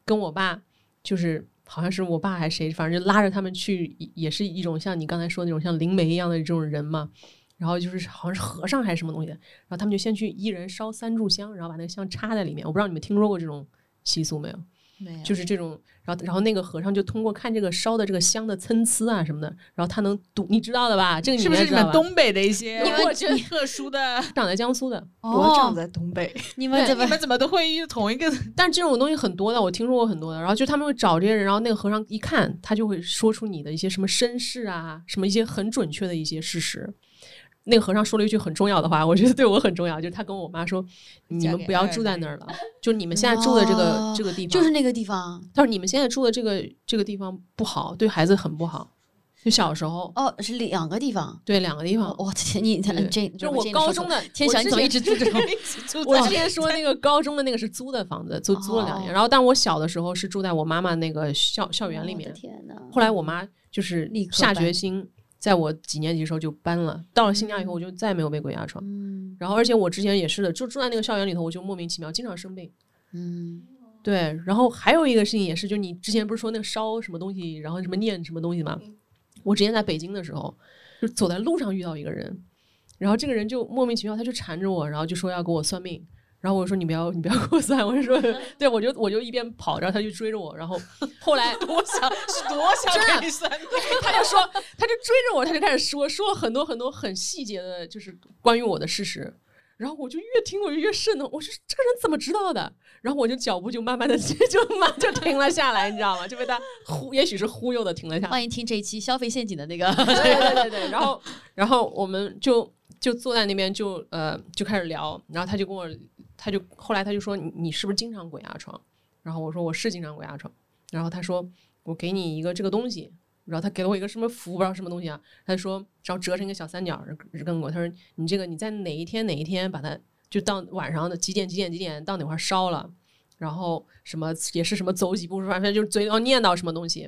S5: 跟我爸就是好像是我爸还是谁，反正就拉着他们去，也也是一种像你刚才说的那种像灵媒一样的这种人嘛。然后就是好像是和尚还是什么东西的，然后他们就先去一人烧三炷香，然后把那个香插在里面。我不知道你们听说过这种习俗没有？
S3: 没有
S5: 就是这种，然后然后那个和尚就通过看这个烧的这个香的参差啊什么的，然后他能读，你知道的吧？这个
S3: 是不
S5: 应该
S3: 是
S5: 知
S3: 你
S5: 道
S3: 们
S5: 吧
S3: 东北的一些
S1: 你们
S3: 觉得特
S5: (laughs)
S3: 殊的？
S5: 长在江苏的，
S1: 哦，
S7: 在东北，
S1: 你们怎
S3: 你
S1: 么？
S3: 们怎么都会遇同一个？
S5: 但这种东西很多的，我听说过很多的。然后就他们会找这些人，然后那个和尚一看，他就会说出你的一些什么身世啊，什么一些很准确的一些事实。那个和尚说了一句很重要的话，我觉得对我很重要，就是他跟我妈说：“你
S3: 嫁
S5: 们
S3: 给
S5: 不要
S3: 爱
S5: 住
S3: 人
S5: 在那儿了，就你们现在住的这个、
S1: 哦
S5: 这个地方，
S1: 就是那个地方
S5: 他说你们现在住的这个这个地方不好，对孩子很不好。就小时候，
S1: 哦，是两个地方。
S5: 对两个地方
S1: 哦，我的天，你
S5: 对对
S1: 这
S5: 就是我高中的
S1: 天
S5: 我
S1: 晓，
S5: 之
S1: 你怎么
S5: 前
S1: 一直住这种？
S5: 我之前说那个高中的那个是租的房子，租租了两
S1: 哦
S5: 年。然后，但我小的时候是住在我妈妈那个校校园里
S1: 我
S5: 面
S1: 的。哦天哪！
S5: 后来我妈就是
S1: 立刻
S5: 下
S1: 搬
S5: 决心，在我几年级的时候就搬了。到了新疆以后，我就再也没有被鬼压床。
S1: 嗯
S5: 然后，而且我之前也是的，就住在那个校园里头，我就莫名其妙经常生病。
S1: 嗯，
S5: 对，然后还有一个事情也是，就你之前不是说那个烧什么东西，然后什么念什么东西吗？我之前在北京的时候，就走在路上遇到一个人，然后这个人就莫名其妙他就缠着我，然后就说要给我算命，然后我说你不要你不要给我算，我就 (laughs) 说对我就我就一边跑，然后他就追着我，然后后来 (laughs) 我想是 (laughs) 多想给你算，他就说他就追着我，他就开始说说很多很多很细节的，就是关于我的事实。然后我就越听我就越瘆得，我说这个人怎么知道的？然后我就脚步就慢慢的 (laughs) 就就慢就停了下来，你知道吗？就被他忽，也许是忽悠的停了下来。
S1: 欢迎听这一期消费陷阱的那个 (laughs)
S5: 哎对对对对，然后然后我们就就坐在那边就呃就开始聊，然后他就跟我，他就后来他就说你你是不是经常鬼压床？然后我说我是经常鬼压床，然后他说我给你一个这个东西，然后他给了我一个什么符，不知道什么东西啊，他就说然后折成一个小三角扔给我，他说你这个你在哪一天哪一天把它就到晚上的几点几点几点到哪块儿烧了。然后什么也是什么走几步，反正就是嘴里要念叨什么东西，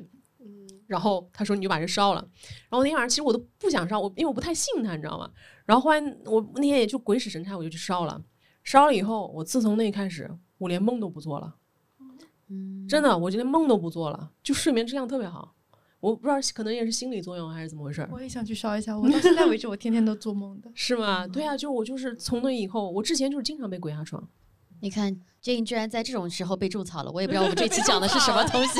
S5: 然后他说你就把这烧了。然后那天晚上其实我都不想烧，我因为我不太信他，你知道吗？然后后来我那天也就鬼使神差，我就去烧了。烧了以后，我自从那开始，我连梦都不做了。真的，我就连梦都不做了，就睡眠质量特别好。我不知道，可能也是心理作用还是怎么回事儿，。
S2: 我也想去烧一下，我到现在为止我天天都做梦的
S5: (laughs) 是吗？对啊，就我就是从那以后，我之前就是经常被鬼压床。
S1: 你看 Jane 居然在这种时候被种草了，我也不知道我们这期讲的是什么东西。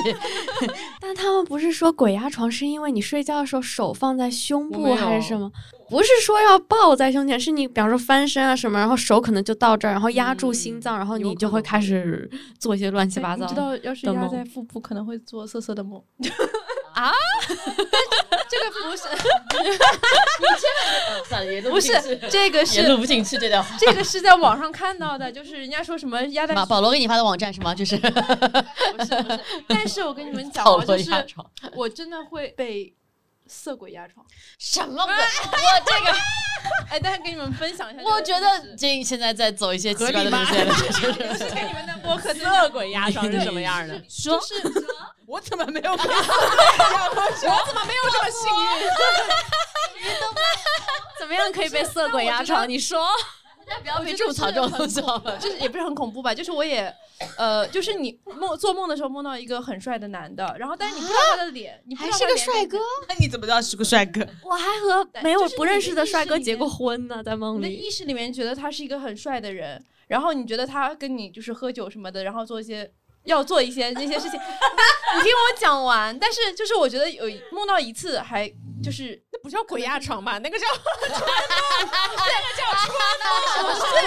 S8: 但他们不是说鬼压床是因为你睡觉的时候手放在胸
S5: 我没
S8: 部
S5: 有
S8: 还是什么？不是说要抱在胸前，是你比方说翻身啊什么，然后手可能就到这儿，然后压住心脏，然后
S5: 有
S8: 你
S5: 可
S8: 就会
S5: 能
S8: 开始做一些乱七
S2: 哎
S8: 八
S2: 你
S8: 糟的。
S2: 知道，要是
S8: 的
S2: 压
S8: 梦
S2: 在腹部，可能会做色色的梦。
S1: (laughs) 不是，
S2: 这个
S1: 也
S2: 是
S1: 录不进去这段话。
S2: 这个是在网上看到的，就是人家说什么压在
S1: 马保罗给你发的网站是吗？就是
S2: 但是我跟你们讲
S1: 保
S2: 啊，
S1: 罗
S2: 就
S1: 压
S2: 是
S1: 床，
S2: 我真的会被色鬼压床。
S1: 什么鬼？
S2: 哎，但是给你们分享一下这个故事，
S1: 我觉得 Jane 现在在走一些奇怪的路线了，就是
S2: 就是给你们的播客真的
S5: 色鬼压床是什么样的？
S2: 说，就是
S5: 我怎么没有被色鬼 (laughs) 压床？我怎么没有这么幸运？
S8: 怎么样可以被色鬼压床？你说，
S1: 不要被种草这种东西好吗？
S2: 就是也不是很恐怖吧，就是我也，呃，就是你梦做梦的时候梦到一个很帅的男的，然后但是你不知道他的脸，你不
S1: 还
S2: 知道
S1: 是
S2: 他
S1: 个
S2: 脸
S1: 帅哥，
S9: 那你怎么知道是个帅哥？
S8: 我还和没
S2: 就
S8: 有
S2: 是
S8: 不
S2: 你的
S8: 认识的
S2: 意识
S8: 帅哥
S2: 里
S8: 结
S2: 面
S8: 过婚呢，在梦
S2: 你的
S8: 里。
S2: 意识里面觉得他是一个很帅的人，然后你觉得他跟你就是喝酒什么的，然后做一些要做一些那些事情。 (laughs) 你听我讲完，但是就是我觉得有梦到一次还就是
S5: (laughs) 那不叫鬼压床吧？
S2: (laughs)
S5: 那个叫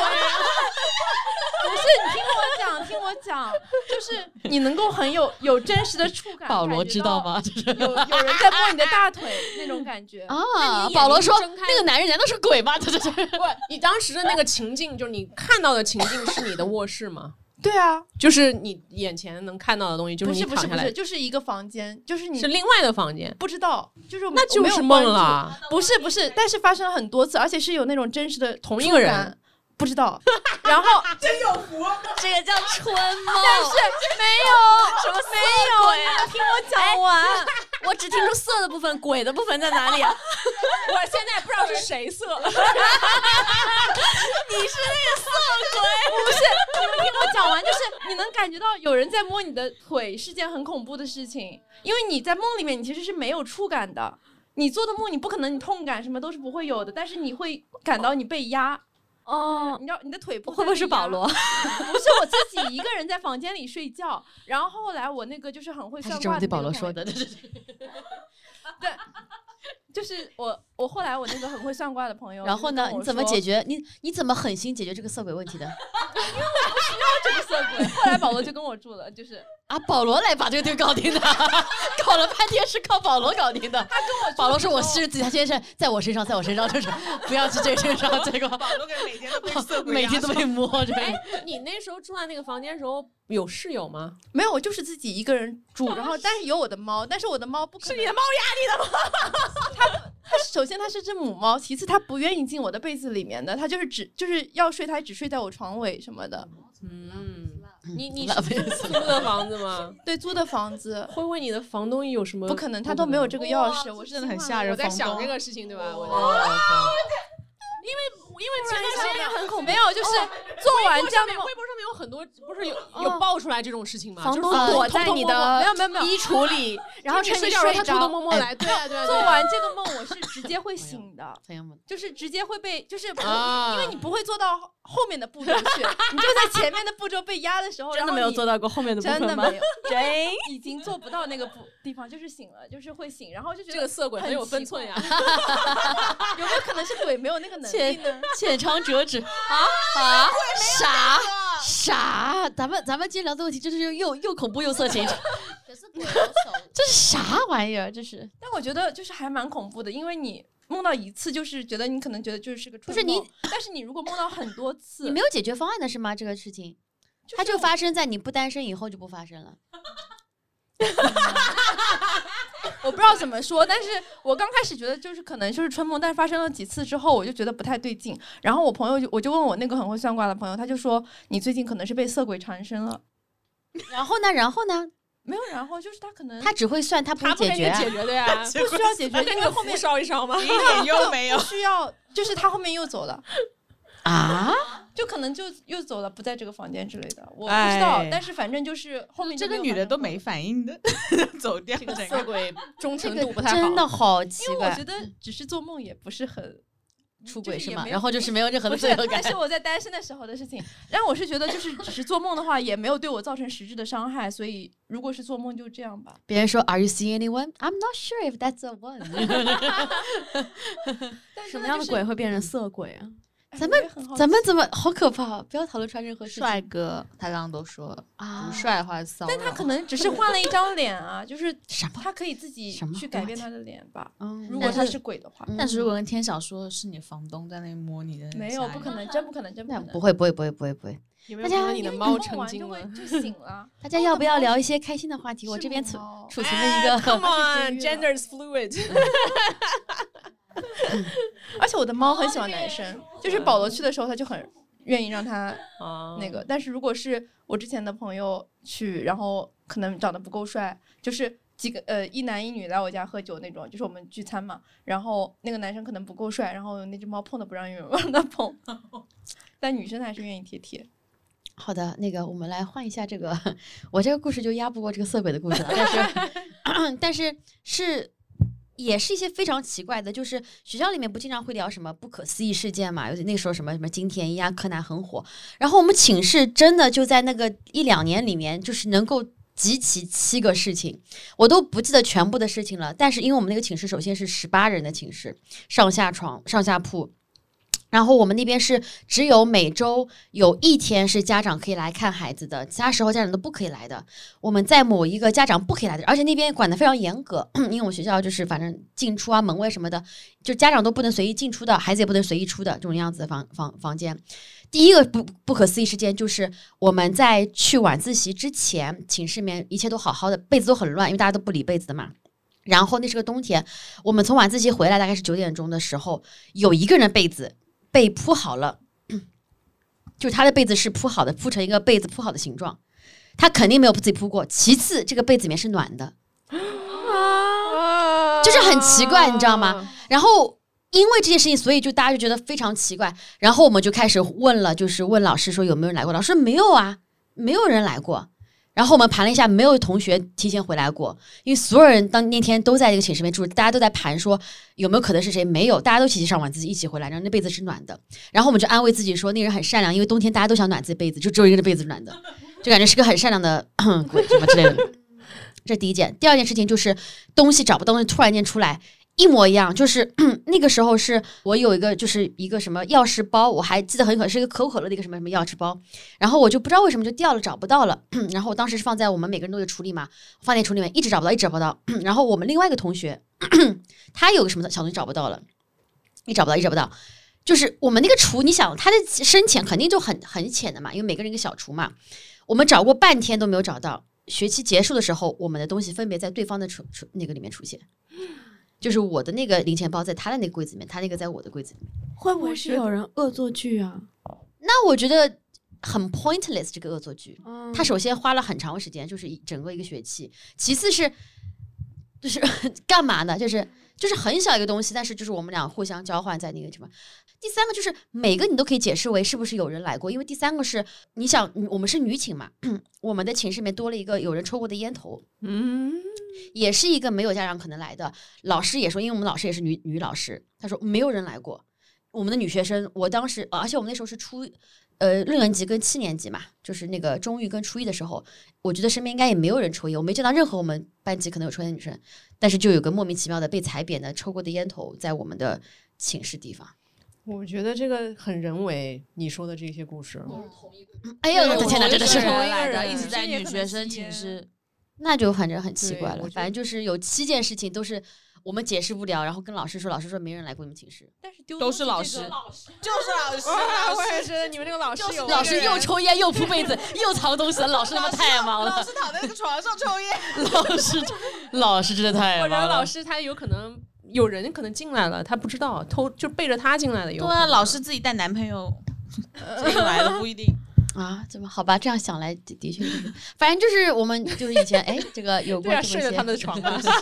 S2: (laughs) 不是你听我讲，听我讲，就是你能够很有有真实的触感。
S1: 保罗
S2: 感觉
S1: 知
S2: 到
S1: 道吗？
S5: (laughs)
S1: 就是
S2: 有有人在摸你的大腿那种感觉。
S1: 啊，
S5: 你眼
S1: 保罗
S5: 睛
S1: 说
S5: 睁开
S1: 那个男人难道是鬼吗？就是
S5: 不，你当时的那个情境，就是你看到的情境是你的卧室吗？ (laughs)
S2: 对啊，
S5: 就是你眼前能看到的东西，就
S2: 不
S5: 你
S2: 是不
S5: 躺
S2: 是
S5: 下
S2: 不
S5: 来
S2: 是，就是一个房间，就是你
S5: 是另外的房间，
S2: 不知道，就是我
S5: 那就
S2: 没有
S5: 是梦
S2: 关注
S5: 了。
S2: 不是不是，但是发生了很多次，而且是有那种真实的
S5: 同一
S2: 触
S5: 个人
S2: 感，不知道。然后
S7: 这个叫春梦，
S2: 但是没有什么没有，你听我讲完。
S8: 我只听出色的部分，鬼的部分在哪
S2: (laughs)
S8: 里啊？
S5: 我现在不知道是谁色，
S2: 听我讲完，就是你能感觉到有人在摸你的腿是件很恐怖的事情，因为你在梦里面你其实是没有触感的，你做的梦你不可能你痛感什么都是不会有的，但是你会感到你被压，
S8: 哦，
S2: 你知道你的腿部
S8: 会不会是保罗？
S2: 不是我自己一个人在房间里睡觉，然后后来我那个就是很会
S1: 他
S2: 算
S1: 是哎这么对
S2: 卦那
S1: 保
S2: 个
S1: 罗
S2: 同
S1: 说
S2: 学
S1: 的，
S2: 就是我我后来我那个很会算卦的朋友，
S1: 然后呢？你怎么解
S2: 决
S1: 决？你你怎么狠心解决这个色鬼问题的？
S2: (laughs) 这个色鬼？后来保罗就跟我住了，就是
S1: 啊，保罗来把这个队搞定的， (laughs) 搞了半天是靠保罗搞定的。保罗说：“我是自己，他现在是在我身上，在我身上， (laughs) 就是不要去这个身上，结果
S9: 保罗哥每天都被色鬼
S1: 每
S9: 压
S1: 天都被摸着。 (laughs)
S5: 你那时候住在那个房间的时候有室友吗？
S2: 没有，我就是自己一个人
S5: (laughs)
S2: 住，然后但是有我的猫，但是我的猫不可能是你的猫压你的猫， (laughs) 它它首先它是只母猫，其次它不愿意进我的被子里面的，它就是只就是要睡它只睡在我床尾什么的，
S5: 嗯，你你
S1: 浪
S5: 是
S1: 费
S5: 租的房子吗？
S2: 对，租的房子。
S5: (laughs) 会问你的房东有什么？
S2: 不可能，它都没有这个钥匙。我是
S9: 真的很
S2: 新
S9: 吓
S2: 换
S9: 人
S5: 啊我
S2: 的
S5: 在想
S9: 房东
S5: 这个事情，对吧？我
S2: 前段时间很恐怖，没有，就是做完
S5: 哦微博
S2: 这样
S5: 上
S2: 的
S5: 面，
S2: 梦，
S5: 微博上面有很多，不是有有爆出来这种事情吗？
S8: 房
S5: 就是
S8: 东
S5: 房
S8: 躲
S5: 偷偷
S8: 在你
S5: 摸摸
S8: 的
S2: 没有没有没有
S8: 衣橱里，然后
S5: 你
S8: 趁
S5: 睡
S8: 你
S5: 觉的时
S8: 睡
S5: 候他偷偷
S8: 着。
S5: 摸摸来，对啊对啊对
S2: 做
S5: 啊。
S2: 完这个梦，我是直接会醒的，
S1: 朋友们，
S2: 就是直接会被，就是不
S5: 啊
S2: 因为你不会做到后面的步骤去，你就在前面的步骤被压的时候，
S9: 真的没有做
S2: 到，
S9: 到过后面的部
S2: 真
S9: 分
S2: 的
S9: 吗？
S2: 没有，
S9: (laughs)
S2: 已经做不到那个步地方，就是醒了，就是会醒，然后就觉
S5: 这个
S2: 得 (laughs)
S5: 色鬼很有分寸呀、
S2: 有没有可能是鬼没有那个能力呢？
S1: 浅尝辄止啊啊！傻傻，咱们咱们今天聊的问题就是又又恐怖又色情， (laughs)
S7: 可是鬼有手，
S1: 这是啥玩意儿？这是
S2: 但我觉得就是还蛮恐怖的，因为你梦到一次，就是觉得你可能觉得就是个
S1: 不
S2: 春
S1: 是你
S2: 梦，但是你如果梦到很多次，
S1: 你
S9: (laughs)
S1: 没有解决方案的是吗？这个事
S3: (laughs)
S1: 情，
S2: 就是
S1: 它就发生在你不单身以后就不发生了。
S2: 我不知道怎么说，但是我刚开始觉得就是可能就是春梦，但是发生了几次之后，我就觉得不太对劲。然后我朋友就我就问我那个很会算卦的朋友，他就说你最近可能是被色鬼缠身了。
S1: 然后呢？然后呢？
S2: 没有，然后就是他可能
S1: 他只会算，他不会
S10: 他不
S1: 解
S10: 给你
S1: 决啊、
S10: 解决的呀，
S2: 不需要解决，
S10: 他给
S2: 因
S10: 你
S2: 为
S10: 个
S2: 后
S10: 符
S2: 面
S10: 烧一烧吗？
S9: 一点用没有
S5: (laughs)
S2: 不。需要，就是他后面又走了，
S1: 啊！
S2: 就可能就又走了，不在这个房间之类的，我不
S9: 哎
S2: 知道。但是反正就是后面就
S9: 这个
S2: 没有
S9: 女的
S2: 发生
S9: 都
S2: 过
S9: 没反应的，走掉
S10: 这个
S9: 整
S10: 色
S9: 个。
S10: 鬼忠
S1: 这
S10: 诚
S1: 个
S10: 度不太好
S1: 真，的好奇
S2: 因为我
S1: 怪
S2: 觉，得只是做梦也不是很
S1: 出轨
S2: 就是是也
S1: 吗？
S2: 没有
S1: 然后就是没有任何
S2: 不
S1: 的
S2: 是
S1: 罪恶，感
S2: 那。是我在单身的时候
S1: (laughs)
S2: 的事情。然后我是觉得，就是只是做梦的话，也没有对我造成实质的伤害，所以如果是做梦就这样吧。
S1: 别人说 Are you seeing anyone? I'm not sure if that's a
S3: (laughs)
S1: one 。
S2: 但是
S8: 什么样的鬼会变成色鬼啊？
S2: 哎？
S1: 咱
S2: 我也很好
S1: 咱
S2: 奇
S1: 们怎么好可怕？不要讨论出来任何事情
S3: 帅哥，他刚刚都说了，
S1: 啊！
S3: 不帅的话骚扰。
S2: 但他可能只是换了一张脸啊，就是
S1: 什么？
S2: 他可以自己
S1: 什么
S2: 去改变他的脸吧。
S1: 嗯
S2: 如果他是鬼的话，
S3: 但是如
S9: 嗯
S3: 果跟天晓说是你房东在那摸你的，
S2: 没有，不可。能，真不可能，真
S1: 那
S2: 可能。
S1: 不会不会不会不会不会。
S10: 有没有
S1: 大家
S10: 看到你
S2: 因
S10: 的
S2: 为你
S10: 猫
S2: 梦
S10: 成
S2: 完
S10: 精
S2: 就会
S10: 了？
S2: 就醒了。
S1: 大家要不要聊一些开心的话题？我这边
S3: 哦
S2: 是
S1: 储
S2: 吗
S1: 储存了一个
S10: Come
S2: 哎
S10: on,
S2: 这个
S10: genders fluid。
S2: (laughs) 而且我的猫很喜欢男生，就是保罗去的时候，他就很愿意让他那
S10: 那
S2: 个。但是如果是我之前的朋友去，然后可能长得不够帅，就是几个呃一男一女来我家喝酒那种，就是我们聚餐嘛。然后那个男生可能不够帅，然后那只猫碰都不让用，让他碰。 (laughs) 但女生还是愿意贴贴。
S1: 好的，那个我们来换一下这个， (laughs) 我这个故事就压不过这个色鬼的故事了，但是 (clears throat) 但是是也是一些非常奇怪的，就是学校里面不经常会聊什么不可思议事件嘛，尤其那时候什么什么金田一啊、柯南很火，然后我们寝室真的就在那个一两年里面，就是能够。集齐七个事情，我都不记得全部的事情了。但是因为我们那个寝室首先是十八人的寝室，上下床、上下铺，然后我们那边是只有每周有一天是家长可以来看孩子的，其他时候家长都不可以来的。我们在某一个家长不可以来的，而且那边管得非常严格， (clears throat) 因为我们学校就是反正进出啊、门卫什么的，就家长都不能随意进出的，孩子也不能随意出的这种样子的房房房间。第一个不不可思议事件就是我们在去晚自习之前，寝室里面一切都好好的，被子都很乱，因为大家都不理被子的嘛。然后那是个冬天，我们从晚自习回来大概是九点钟的时候，有一个人被子被铺好了，就是他的被子是铺好的，铺成一个被子铺好的形状，他肯定没有自己铺过。其次，这个被子里面是暖的，就是很奇怪，你知道吗？然后因为这件事情，所以就大家就觉得非常奇怪，然后我们就开始问了，就是问老师说有没有人来过，老师说没有啊，没有人来过。然后我们盘了一下，没有同学提前回来过，因为所有人当那天都在这个寝室里面住，大家都在盘说有没有可能是谁，没有，大家都一起上晚自习，一起回来，然后那被子是暖的。然后我们就安慰自己说，那个人很善良，因为冬天大家都想暖自己被子，就只有一个人被子是暖的，就感觉是个很善良的嗯鬼什么之类的。 (laughs) 这第一件，第二件事情就是东西找不到，东西突然间出来，一模一样，就是 (clears throat) 那个时候是我有一个就是一个什么钥匙包，我还记得很可是一个可口可乐的一个什么什么钥匙包，然后我就不知道为什么就掉了，找不到了。 (clears throat) 然后我当时是放在我们每个人都有橱里嘛，放在橱里面一直找不到，一直找不到。 (clears throat) 然后我们另外一个同学， (clears throat) 他有个什么小东西找不到了，一找不到，一找不到。就是我们那个橱，你想它的深浅肯定就很很浅的嘛，因为每个人一个小橱嘛。我们找过半天都没有找到。学期结束的时候，我们的东西分别在对方的橱橱那个里面出现，就是我的那个零钱包在他的那个柜子里面，他那个在我的柜子里面。
S8: 会不会是有人恶作剧啊？
S1: 那我觉得很 pointless 这个恶作剧。
S8: 嗯
S1: 他首先花了很长时间，就是一整个一个学期。其次是，就是 (laughs) 干嘛呢？就是就是很小一个东西，但是就是我们俩互相交换在那个什么。第三个就是每个你都可以解释为是不是有人来过，因为第三个是你想嗯我们是女寝嘛， (clears throat) 我们的寝室里面多了一个有人抽过的烟头，
S10: 嗯，
S1: 也是一个没有家长可能来的。老师也说，因为我们老师也是女女老师，她说没有人来过。我们的女学生，我当时，呃而且我们那时候是初，呃，六年级跟七年级嘛，就是那个中育跟初一的时候，我觉得身边应该也没有人抽烟，我没见到任何我们班级可能有抽烟的女生，但是就有个莫名其妙的被踩扁的抽过的烟头在我们的寝室地方，
S5: 我觉得这个很人为，你说的这些故事，
S1: 哎呀，我的天哪，
S5: 对
S1: 真的是
S5: 我觉得
S7: 同一个人一
S5: 一
S7: 直
S5: 直
S7: 在
S2: 在
S7: 女
S2: 女
S7: 学
S2: 学
S7: 生
S2: 生
S7: 寝
S2: 寝
S7: 室
S2: 室，
S1: 那就反正很奇
S5: 对
S1: 怪了
S5: 我。觉
S1: 反正就是有七件事情都是我们解释不了，然后跟老师说，老师说没人来过你们寝室，
S2: 但是丢
S9: 都
S2: 东
S9: 是
S2: 西这
S9: 老
S2: 个
S9: 师就是老 (laughs) 师，老
S5: 我
S9: 师
S5: 也觉得你们这个老师有
S1: 老师又抽烟又铺被子又藏东西了，老师他妈太忙
S9: 老
S1: 了，
S9: 师躺在那个床上抽 (laughs) 烟，
S1: 老师老师真的太
S5: 或
S1: 忙
S5: 者
S1: 了。
S5: 老师他有可能有人可能进来了，他不知道偷就背着他进来的有
S9: 对
S5: 可能。
S9: 啊，老师自己带男朋 (laughs) 友进来的不一 (laughs) 定。
S1: 啊，怎么好吧？这样想来的的确就是，反正就是我们就是以前哎，这个有过
S5: 对啊，
S1: 这
S5: 睡
S1: 么一
S5: 在
S1: 些，
S5: 他们的
S9: (laughs)
S5: 床上，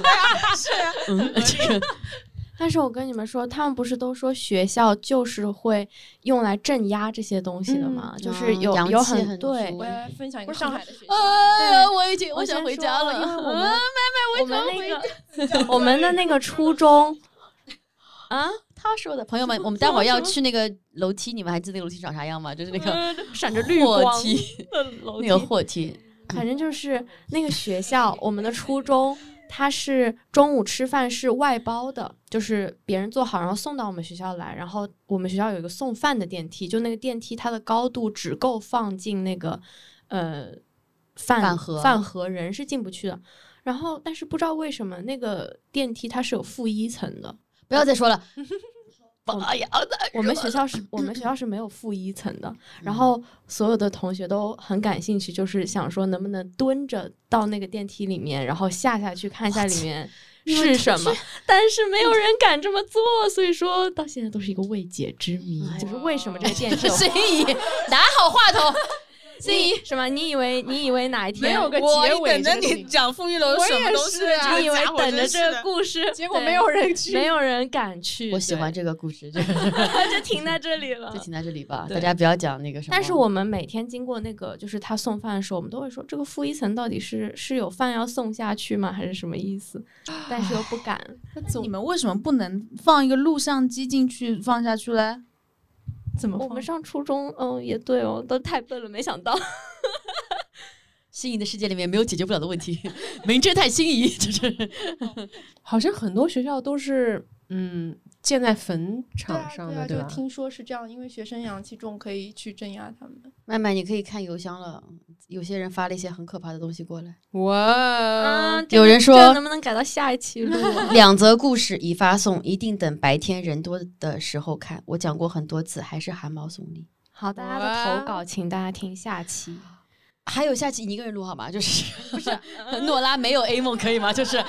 S1: 嗯，这个
S8: 但是我跟你们说，他们不是都说学校就是会用来镇压这些东西的吗？就是有、
S1: 阳
S8: 有
S1: 气
S8: 啊很
S1: 很
S8: 对
S1: 足
S2: 我要分享一个
S5: 不是上
S2: 上海
S5: 海
S2: 的学校，
S1: 哎呀，我已经我想
S8: 先
S1: 回
S8: 说
S1: 家了，
S8: 因为我
S1: 嗯
S8: 们、我们那个我们的那个初 (laughs) 中啊，
S1: 他说的，朋友们，我们待会儿要去那个楼梯，你们还记得那个楼梯长啥样吗？就是那个
S5: 闪着绿
S1: 货
S5: 光。
S1: 梯，那个货梯，
S8: 反正就是那个学校，我们的初中，它是中午吃饭是外包的，就是别人做好，然后送到我们学校来。然后我们学校有一个送饭的电梯，就那个电梯它的高度只够放进那个呃饭
S1: 饭盒
S8: 饭盒人是进不去的。然后，但是不知道为什么那个电梯它是有负一层的，
S1: 不要再说了。
S8: 我们
S1: 哎呀，啊那
S8: 我们学校
S5: (clears throat)
S8: 是我们
S5: 嗯
S8: 学校是没有负一层的，然后所有的同学都很感兴趣，就是想说能不能蹲着到那个电梯里面，然后下下去看一下里面是
S5: (laughs)
S8: 什么。但是没有人敢这么做，所以说到现在都是一个未解之谜，
S5: 哎
S8: 就是为什么这个
S5: (laughs)
S8: 电梯有
S1: 心仪拿好话筒，心
S8: 你
S1: 仪
S8: 什么？你以为你以为哪一天
S5: 没有个
S9: 我
S5: 结尾
S9: 等着
S5: 这个事
S9: 你
S5: 情
S9: 讲傅玉楼什么都
S5: 我也是啊
S8: 你以为
S9: 家伙
S8: 等着
S9: 真
S8: 这
S9: 是
S8: 个
S9: 的
S8: 故事，
S5: 结果
S8: 对
S5: 没有人去，
S8: 没有人敢去，
S1: 我喜欢
S8: 对，
S1: 这个故事，就是
S8: (laughs) 就停在这
S5: (laughs)
S8: 里了
S1: 就。停在这里吧，
S8: 对
S1: 大家不要讲那个什么。
S8: 但是我们每天经过那个，就是他送饭的时候，我们都会说这个负一层到底是是有饭要送下去吗，还是什么意思？但是又不敢，
S1: (laughs)
S9: 总
S7: 你们为什么不能放一个录像机进去放下去
S9: 啊
S7: 嘞？
S2: 怎么
S8: 我们上初中，嗯，也对哦，都太笨了，没想到。
S1: 心仪的世界里面没有解决不了的问题， (laughs) 名侦探心仪就是
S5: 好像很多学校都是嗯建在坟场上的，
S2: 对啊，
S5: 吧
S2: 就？听说是这样，因为学生阳气重，可以去镇压他们。
S1: 麦麦，你可以看邮箱了，有些人发了一些很可怕的东西过来。
S5: 哇
S8: 啊
S5: 哦，，
S1: 呃
S8: 这
S1: 有
S8: 个
S1: 人
S8: 这
S1: 说
S8: 个能不能改到下一期录
S1: (laughs)
S8: 啊？
S1: 两则故事已发送，一定等白天人多的时候看。我讲过很多次，还是汗毛耸立。
S8: 好，大家的投
S1: 哦
S8: 稿，请大家听下期。
S1: 还有下期你一个人录好吗？就是不是啊 (laughs) 诺拉没有 A 梦可以吗？就是 (laughs) 啊、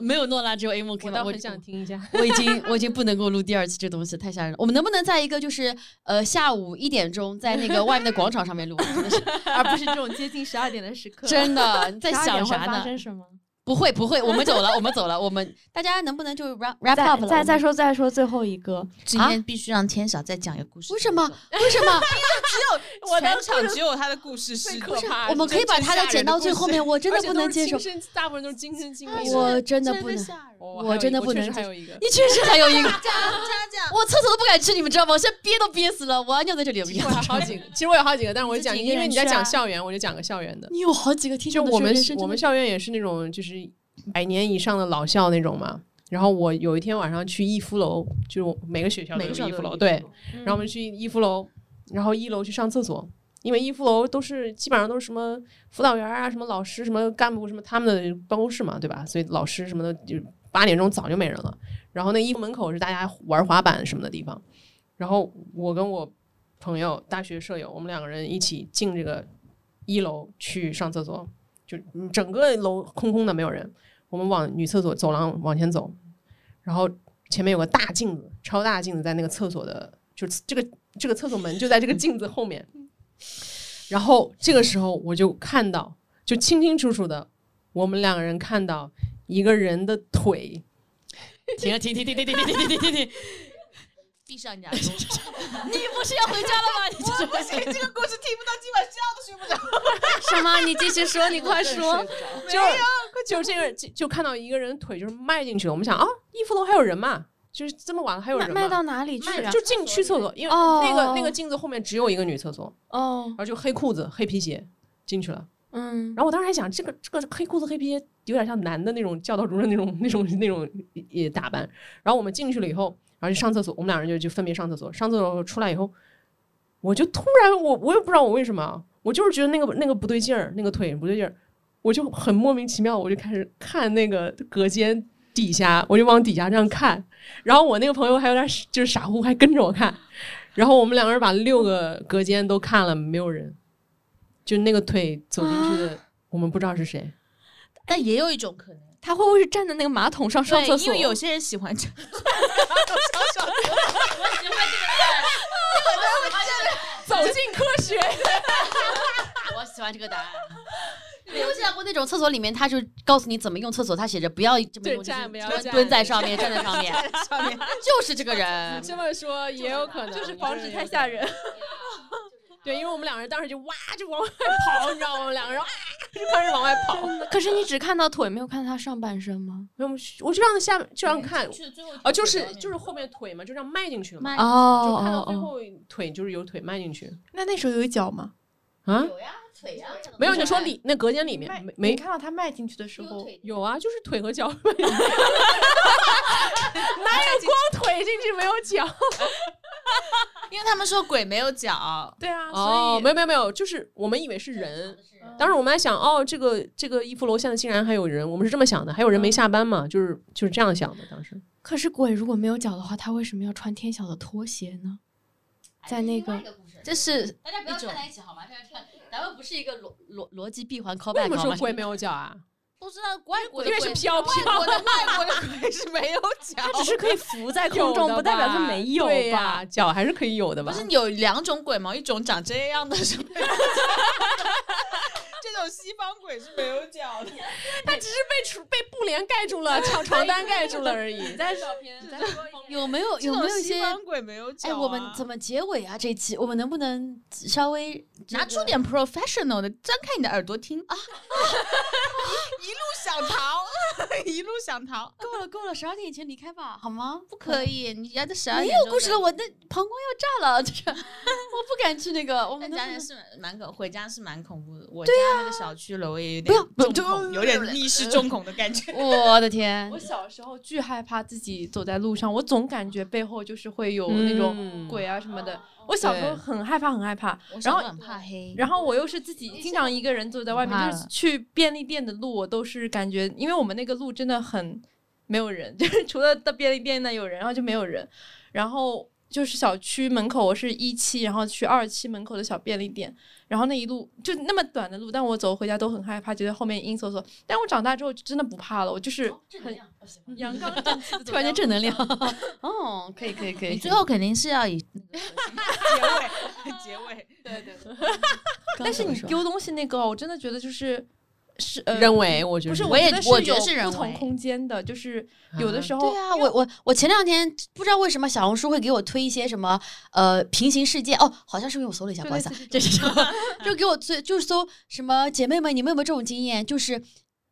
S1: 没有诺拉只有 A 梦可以
S5: 我
S1: 吗？
S5: 倒
S1: 我
S5: 很想听一下。
S1: (laughs) 我已经我已经不能够录第二期这东西，太吓人了。我们能不能在一个就是呃下午一点钟在那个外面的广场上面录？真的是
S2: 而不是这种接近十二点的时刻。
S1: 真的你在
S8: 12点
S1: 想
S8: 会
S1: 啥
S8: 发
S1: 呢？
S8: 生什么？
S1: 不会不会，我们走了，我们走了，我们大家能不能就 wrap wrap
S8: 再
S1: up 了？
S8: 再再说再说最后一个，
S7: 今
S1: 啊
S7: 天必须让天晓再讲一个故事。
S1: 为什么？为什 (laughs) 么？
S9: 全场只有他的故事是
S5: 可怕
S1: 我们可以把它的剪到最后面，我真的不能接受
S5: 而，且都是亲身大部分都是亲身经历的。
S1: 我真的不能。
S5: 哦
S1: 我真的不能
S5: 还
S1: 接
S5: 有一个，
S1: 你确实还有一个，
S9: 他这样
S1: 我厕所都不敢去，你们知道吗？我现在憋都憋死了，我要尿在这里。我不
S5: 其实
S1: 要
S5: 我有 (laughs) 好几个，其实我有好几个，但是我讲，
S8: 自己一个
S5: 因为
S8: 人
S5: 你在
S8: 去啊
S5: 讲校园，我就讲个校园的。
S1: 你有好几个听
S5: 就
S1: 众的
S5: 我们
S1: 时候人生
S5: 我们
S1: 真的
S5: 校园也是那种就是百年以上的老校那种嘛。然后我有一天晚上去逸夫楼，就是我每个学校都
S1: 每
S5: 有
S1: 个校
S5: 逸
S1: 都
S5: 夫
S1: 有
S5: 楼，
S1: 逸
S5: 对。
S1: 嗯
S5: 然后我们去逸夫楼，然后一楼去上厕所，因为逸夫楼都是基本上都是什么辅导员啊、什么老师、什么干部、什么他们的办公室嘛，对吧？所以老师什么的就八点钟早就没人了。然后那逸夫门口是大家玩滑板什么的地方。然后我跟我朋友、大学舍友，我们两个人一起进这个一楼去上厕所，就嗯整个楼空空的，没有人。我们往女厕所走廊往前走，然后前面有个大镜子，超大镜子在那个厕所的，就是这个这个厕所门就在这个镜子后面。然后这个时候我就看到，就清清楚楚的，我们两个人看到一个人的腿
S1: 停了停停停停停停停停停停，
S7: 闭上你耳朵，
S1: 你不是要回家了吗？你就是
S9: 不行， (laughs) 这个故事听不到，今晚觉都睡不着。
S8: 什么？你继续说，你快说。
S5: 就就这个就就看到一个人腿就是迈进去了。我们想啊，逸夫楼还有人嘛？就是这么晚了还有
S8: 卖
S5: 人
S8: 卖
S5: 嘛？
S8: 到哪里去啊？
S5: 就进去厕所，因为
S8: 哦
S5: 那个那个镜子后面只有一个女厕所，
S8: 哦
S5: 然后就黑裤子、黑皮鞋进去了。
S8: 嗯，
S5: 然后我当时还想，这个这个黑裤子黑皮鞋有点像男的那种教导主任那种那种那种也打扮。然后我们进去了以后，然后就上厕所，我们俩人就就分别上厕所。上厕所出来以后，我就突然我我也不知道我为什么啊，我就是觉得那个那个不对劲儿，那个腿不对劲儿，我就很莫名其妙，我就开始看那个隔间底下，我就往底下这样看。然后我那个朋友还有点傻就是傻乎，还跟着我看。然后我们两个人把六个隔间都看了，没有人。就那个腿走进去的，我们不知道是谁。
S7: 但也有一种可能，
S8: 他会不会是站在那个马桶上上
S9: 对
S8: 厕所？
S9: 因为有些人喜欢这， (laughs)
S5: 走进科学，
S1: 我喜欢这个答案。 (laughs) 你有见过那种厕所里面，他就告诉你怎么用厕所，他写着不要这么
S5: 对
S1: 用，就是
S5: 站不要
S1: 蹲
S5: 站
S1: 蹲在上面，站在上面，
S9: 上面
S1: 就是这个人。
S5: 这么说也有可能，
S2: 就是防止太吓人。
S5: (laughs) 对，因为我们两个人当时就哇就往外跑，你知道吗？我们两个人啊就开始往外跑。
S8: 可是你只看到腿，没有看到他上半身吗？
S5: 没有，我就让他下就让看
S9: 去最后
S5: 啊，就是就是后面腿嘛，就这样迈进去了嘛，
S7: 迈
S8: 哦
S5: 就看到最
S8: 哦
S5: 后腿就是有腿迈进去
S2: 那那时候有脚吗？
S5: 啊，
S1: 腿 (laughs) 呀，
S5: 没有就说里那隔间里面
S2: 迈
S5: 没
S2: 你
S5: 没
S2: 看到他迈进去的时候，
S5: 有啊，就是腿和 (laughs) 脚，哪有光腿进去没有脚？
S9: 因为他们说鬼没有脚，
S2: 对啊，
S5: 哦
S2: 所，以
S5: 没有没有没有，就是我们以为是人，当时我们还想，哦，这个这个逸夫楼现在竟然还有人，我们是这么想的，还有人没下班嘛，就是就是这样想的，当时。
S8: 可是鬼如果没有脚的话，他为什么要穿天晓的拖鞋呢？在那个
S7: 这是
S1: 大家不要
S7: 一种
S1: 串在一起好吗？这样串，咱们不是一个逻逻逻辑闭环
S5: 为什
S1: callback
S5: 么
S1: 好
S5: 说
S1: 吗？
S5: 鬼没有脚啊？
S9: 不知道外国
S5: 因为是飘飘，
S9: 我
S5: (laughs)
S9: 的外国的鬼是没有脚，
S10: 只是可以浮在
S5: 有
S10: 空中，
S5: 的
S10: 不代表它
S5: 吧
S10: 没有
S5: 对
S10: 吧？
S5: 呀脚还是可以有的
S9: (laughs) 不
S5: 吧？
S9: 是有两种鬼吗？一种长这样的是没有脚
S1: (laughs)
S9: 的，这种西方鬼是没有脚的。
S5: 他只是被床被布帘盖住 (laughs) 了，床床单盖住了而已。但是
S1: 有没有
S9: 这
S1: 有没
S9: 种
S1: 有一
S9: 西
S1: 些？
S9: 方鬼没有脚、啊
S1: 哎，我们怎么结尾啊？这一期我们能不能稍微
S9: 拿出点 professional 的，张开你的耳朵听啊！一路想逃，一路想逃，
S1: 够了够了，十二点以前离开吧，好吗？
S9: 不可以，你要在十二
S1: 没
S9: 点
S1: 有
S9: 钟
S1: 故事了，
S9: 再
S1: 我那膀胱要炸了，就是我不敢去那个，我
S9: 但
S1: 们
S9: 家
S1: 能
S9: 人
S1: 不
S9: 是蛮恐，回家是蛮恐怖的。我家那个小区楼也有点
S1: 不要
S9: 重恐，有点密室重恐的感觉。
S1: 能我的天
S2: 我，小时候巨害怕自己走在路上，我总感觉背后就是会有那种
S5: 嗯
S2: 鬼啊什么的。我小时候
S5: 对
S2: 很害怕，很害怕。
S7: 我
S2: 然
S7: 小
S2: 后
S7: 时候很怕黑，
S2: 然后我又是自己经常一个人走在外面，
S7: 怕
S2: 就是去便利店的路，我都是感觉，因为我们那个路真的很没有人， (laughs) 就是除了到便利店那有人，然后就没有人。然后就是小区门口，我是一期，然后去二期门口的小便利店，然后那一路就那么短的路，但我走回家都很害怕，觉得后面阴飕飕。但我长大之后就真的不怕了，我就是很阳刚正气的。
S1: 突然间正能量，哦，可以可以可
S7: 你
S1: 以，
S7: 最后肯定是要以
S9: 结尾，
S2: 但是你丢东西那个哦，我真的觉得就是是呃。
S5: 人为我觉
S2: 不
S5: 得
S2: 是，
S7: 我也
S2: 觉得
S7: 我觉得
S2: 有
S7: 是人
S2: 不同
S7: 为
S2: 空间的，就是有的
S5: 啊
S2: 时候
S1: 对啊，我我我前两天不知道为什么小红书会给我推一些什么呃平行世界哦，好像是因为我搜了一下，不好意思啊，这是什么？ (laughs) 就给我推就搜什么姐妹们，你们有没有这种经验？就是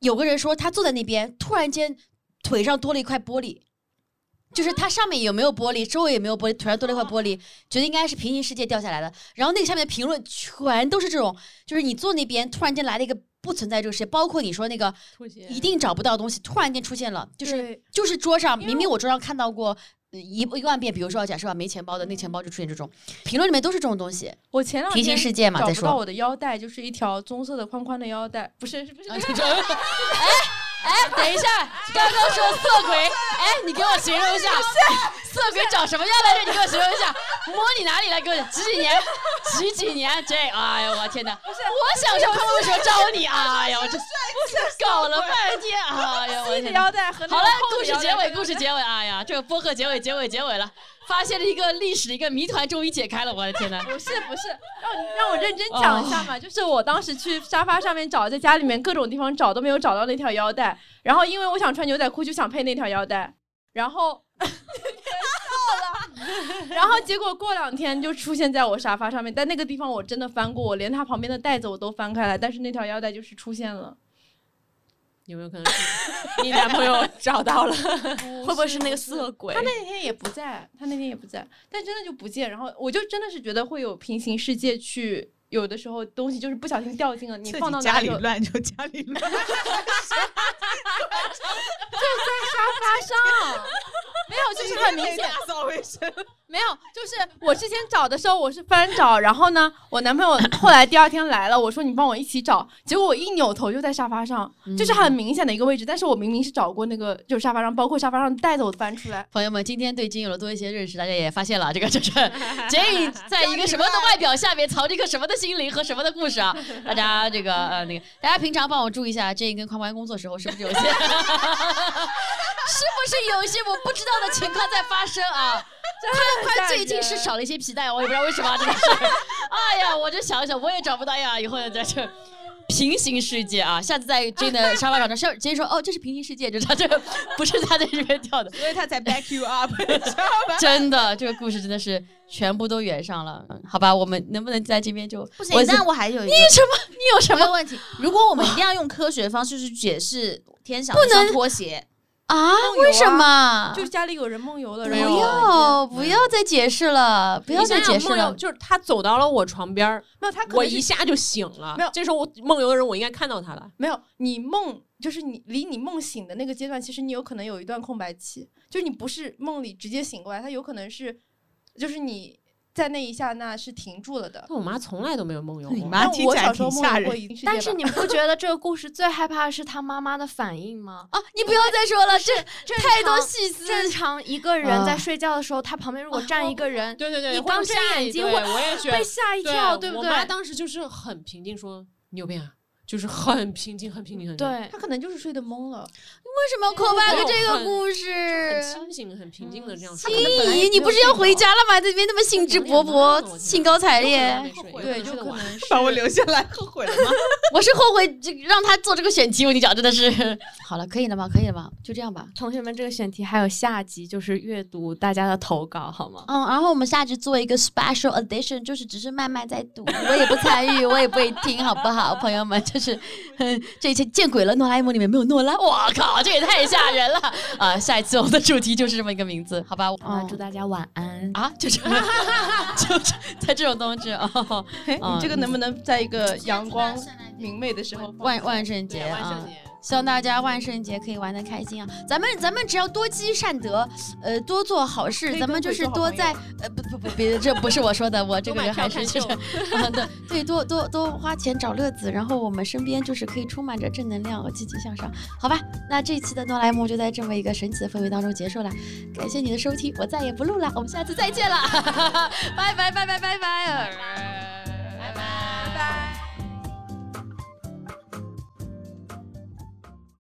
S1: 有个人说他坐在那边，突然间腿上多了一块玻璃。就是它上面有没有玻璃，周围有没有玻璃，腿上多了一块玻璃，觉得应该是平行世界掉下来的。然后那个下面的评论全都是这种，就是你坐那边突然间来了一个不存在这个世界，包括你说那个
S5: 拖鞋
S1: 一定找不到的东西，突然间出现了，就是
S2: 对
S1: 就是桌上
S2: 因为
S1: 明明我桌上看到过呃一一万遍，比如说假设吧，没钱包的那钱包就出现这种评论里面都是这种东西，
S2: 我前两
S1: 平行
S2: 天
S1: 世界嘛。
S2: 找
S1: 再
S2: 不到
S1: 说，
S2: 我的腰带，就是一条棕色的宽宽的腰带，不是是
S1: 啊
S2: 不是，
S1: 哎，等一下，刚刚说色鬼，哎，你给我形容一下，色鬼长什么样来着？你给我形容一下，摸你哪里来？给我几几年？几几年？这，哎呦我天哪！我想说他们为什么招你？哎 (laughs) 呦，我这搞了半天，哎呦我
S2: 细的
S1: 天哪！
S2: 腰带和那
S1: 好
S2: 个
S1: 了，
S2: 厚
S1: 故
S2: 的
S1: 事
S2: 腰
S1: 结
S2: 带
S1: 尾，故事结尾，哎呀，这个播客结尾，结尾，结尾了，发现了一个历史的一个谜团，终于解开了，我的天呐！
S2: (laughs) 不是不是，让你让我认真讲一下嘛。就是我当时去沙发上面找，在家里面各种地方找都没有找到那条腰带，然后因为我想穿牛仔裤，就想配那条腰带，然后。 (laughs) 别笑了，然后结果过两天就出现在我沙发上面，但那个地方我真的翻过，我连它旁边的袋子我都翻开来，但是那条腰带就是出现了。
S5: 有没有可能是你男朋友找到了？
S10: 会不会是那个色鬼
S2: 他？那天也不在，他那天也不在，但真的就不见。然后我就真的是觉得会有平行世界去有的时候东西就是不小心掉进了，你
S9: 自己
S2: 放到
S9: 家
S2: 哪
S9: 里
S2: 有
S9: 乱就家里乱，
S11: 沙发上，没有，就是很
S5: (laughs)
S11: 明显。没有，就是我之前找的时候，我是翻找，然后呢，我男朋友后来第二天来了，我说你帮我一起找，结果我一扭头就在沙发上，就是很明显的一个位置，但是我明明是找过那个就是沙发上，包括沙发上的袋子我都翻出来。
S1: 朋友们，今天对金有了多一些认识，大家也发现了，这个就是 J 在一个什么的外表下面藏着一个什么的心灵和什么的故事啊！大家这个呃那个，大家平常帮我注意一下，J 跟宽宽工作时候是不是有些，是不 (laughs) 是有一些我不知道的情况在发生啊？宽宽最近是少了一些皮带，我也不知道为什么、啊、这个事。 (laughs) 哎呀，我这想想我也找不到呀，以后在这。平行世界啊，下次在 J 的沙发上，上 J 说哦，这是平行世界，就是他这个不是他在这边跳的，
S9: 所以他才 back you up，
S11: (laughs)
S1: 真的，这个故事真的是全部都圆上了。嗯好吧，我们能不能在这边就
S9: 不行，但我还有一
S1: 你
S9: 个
S1: 什么？你有什
S9: 我有
S1: 么
S9: 问
S1: (laughs)
S9: 题？如果我们一定要用科学方式去解释天晓
S1: 不
S9: 得像
S1: 能
S9: 拖鞋，
S1: 啊
S9: 梦游？啊
S1: 为什么？
S2: 就是家里有人梦游了，
S1: 不
S2: 然后
S1: 要不要再解释了，不要
S11: 你
S1: 再
S11: 想想
S1: 解释
S11: 梦游
S1: 了。
S11: 就是他走到了我床边儿，
S2: 没有他可能
S11: 我
S2: 是
S11: 一下就醒了。
S2: 没有
S11: 这时候我梦游的人，我应该看到他了。
S2: 没有，你梦就是你离你梦醒的那个阶段，其实你有可能有一段空白期，就是你不是梦里直接醒过来，它有可能是，就是你在那一下那是停住了的。
S11: 但我妈从来都没有梦游过。
S9: 你妈啊听
S2: 我
S9: 起来
S2: 小时候
S9: 挺吓
S2: 梦游过
S9: 人。
S2: 一次，
S8: 但是你们不觉得这个故事最害怕的是他妈妈的反应吗？
S1: 啊，你不要再说了，这
S8: 正常
S1: 太多细思。嗯啊
S8: 正常一个人在睡觉的时候，他旁边如果站一个人，
S11: 对对对，
S8: 你
S11: 会有
S8: 刚睁
S11: 吓
S8: 眼
S11: 一
S8: 睛
S11: 对
S8: 会
S11: 我也觉得
S8: 被吓一跳，对不
S11: 我
S8: 对？
S11: 妈当时就是很平静说：“你有病啊！”就是很平静，很平静，很平静
S8: 对
S2: 他，可能就是睡得懵了。
S1: 为什么要 call
S11: 没
S1: back
S11: 有
S1: 这个
S11: 很
S1: 故
S11: 很
S1: 事？
S11: 清醒、很平静的这样
S1: 心
S11: 说。
S1: 怡，你不是要回家了吗？在这边那么兴致勃
S11: 我可能
S1: 勃、
S11: 也
S1: 兴高采
S11: 我
S1: 烈
S11: 可能也没，睡
S2: 对，就
S11: 睡得
S2: 可
S11: 晚
S2: 能是
S9: 把我留下来，后悔了吗？
S1: 我是后悔这个让他做这个选题。我跟你讲，真的是。好了，可以了吗？可以了吧？就这样吧。
S8: 同学们，这个选题还有下集，就是阅读大家的投稿，好吗？
S1: 嗯，然后我们下集做一个 special edition，就是只是慢慢在读，我也不参与，我也不会听，好不好，朋友们？就是，嗯，这一期见鬼了，诺拉 A 梦里面没有诺拉，我靠，这也太吓人了啊！下一次我们的主题就是这么一个名字，好吧？
S8: 好了，
S1: 嗯
S8: 祝大家晚安。
S1: 啊，就这么，就是在这种东西啊，哦
S2: (laughs) 哎
S9: 嗯
S2: 你这个能不能在一个阳光明媚的时候放？
S1: 万万圣节
S11: 对，万
S1: 啊
S11: 圣。节。
S1: 希望大家万圣节可以玩的开心啊！咱们咱们只要多积善德，呃，多做好
S2: 可
S1: 事，咱
S2: 以
S1: 们
S2: 跟
S1: 就
S2: 鬼
S1: 是
S2: 做好
S1: 多
S2: 朋友
S1: 在呃不不不别这不是我说的，我这
S11: 多
S1: 个
S11: 买
S1: 人
S11: 票
S1: 还是
S11: 看
S1: 就
S11: 秀
S1: 是，啊对对，多多多花钱找乐子，然后我们身边就是可以充满着正能量和积极向上，好吧？那这一期的哆啦 A 梦就在这么一个神奇的氛围当中结束了，感谢你的收听，我再也不录了，我们下次再见了，拜拜拜拜拜拜。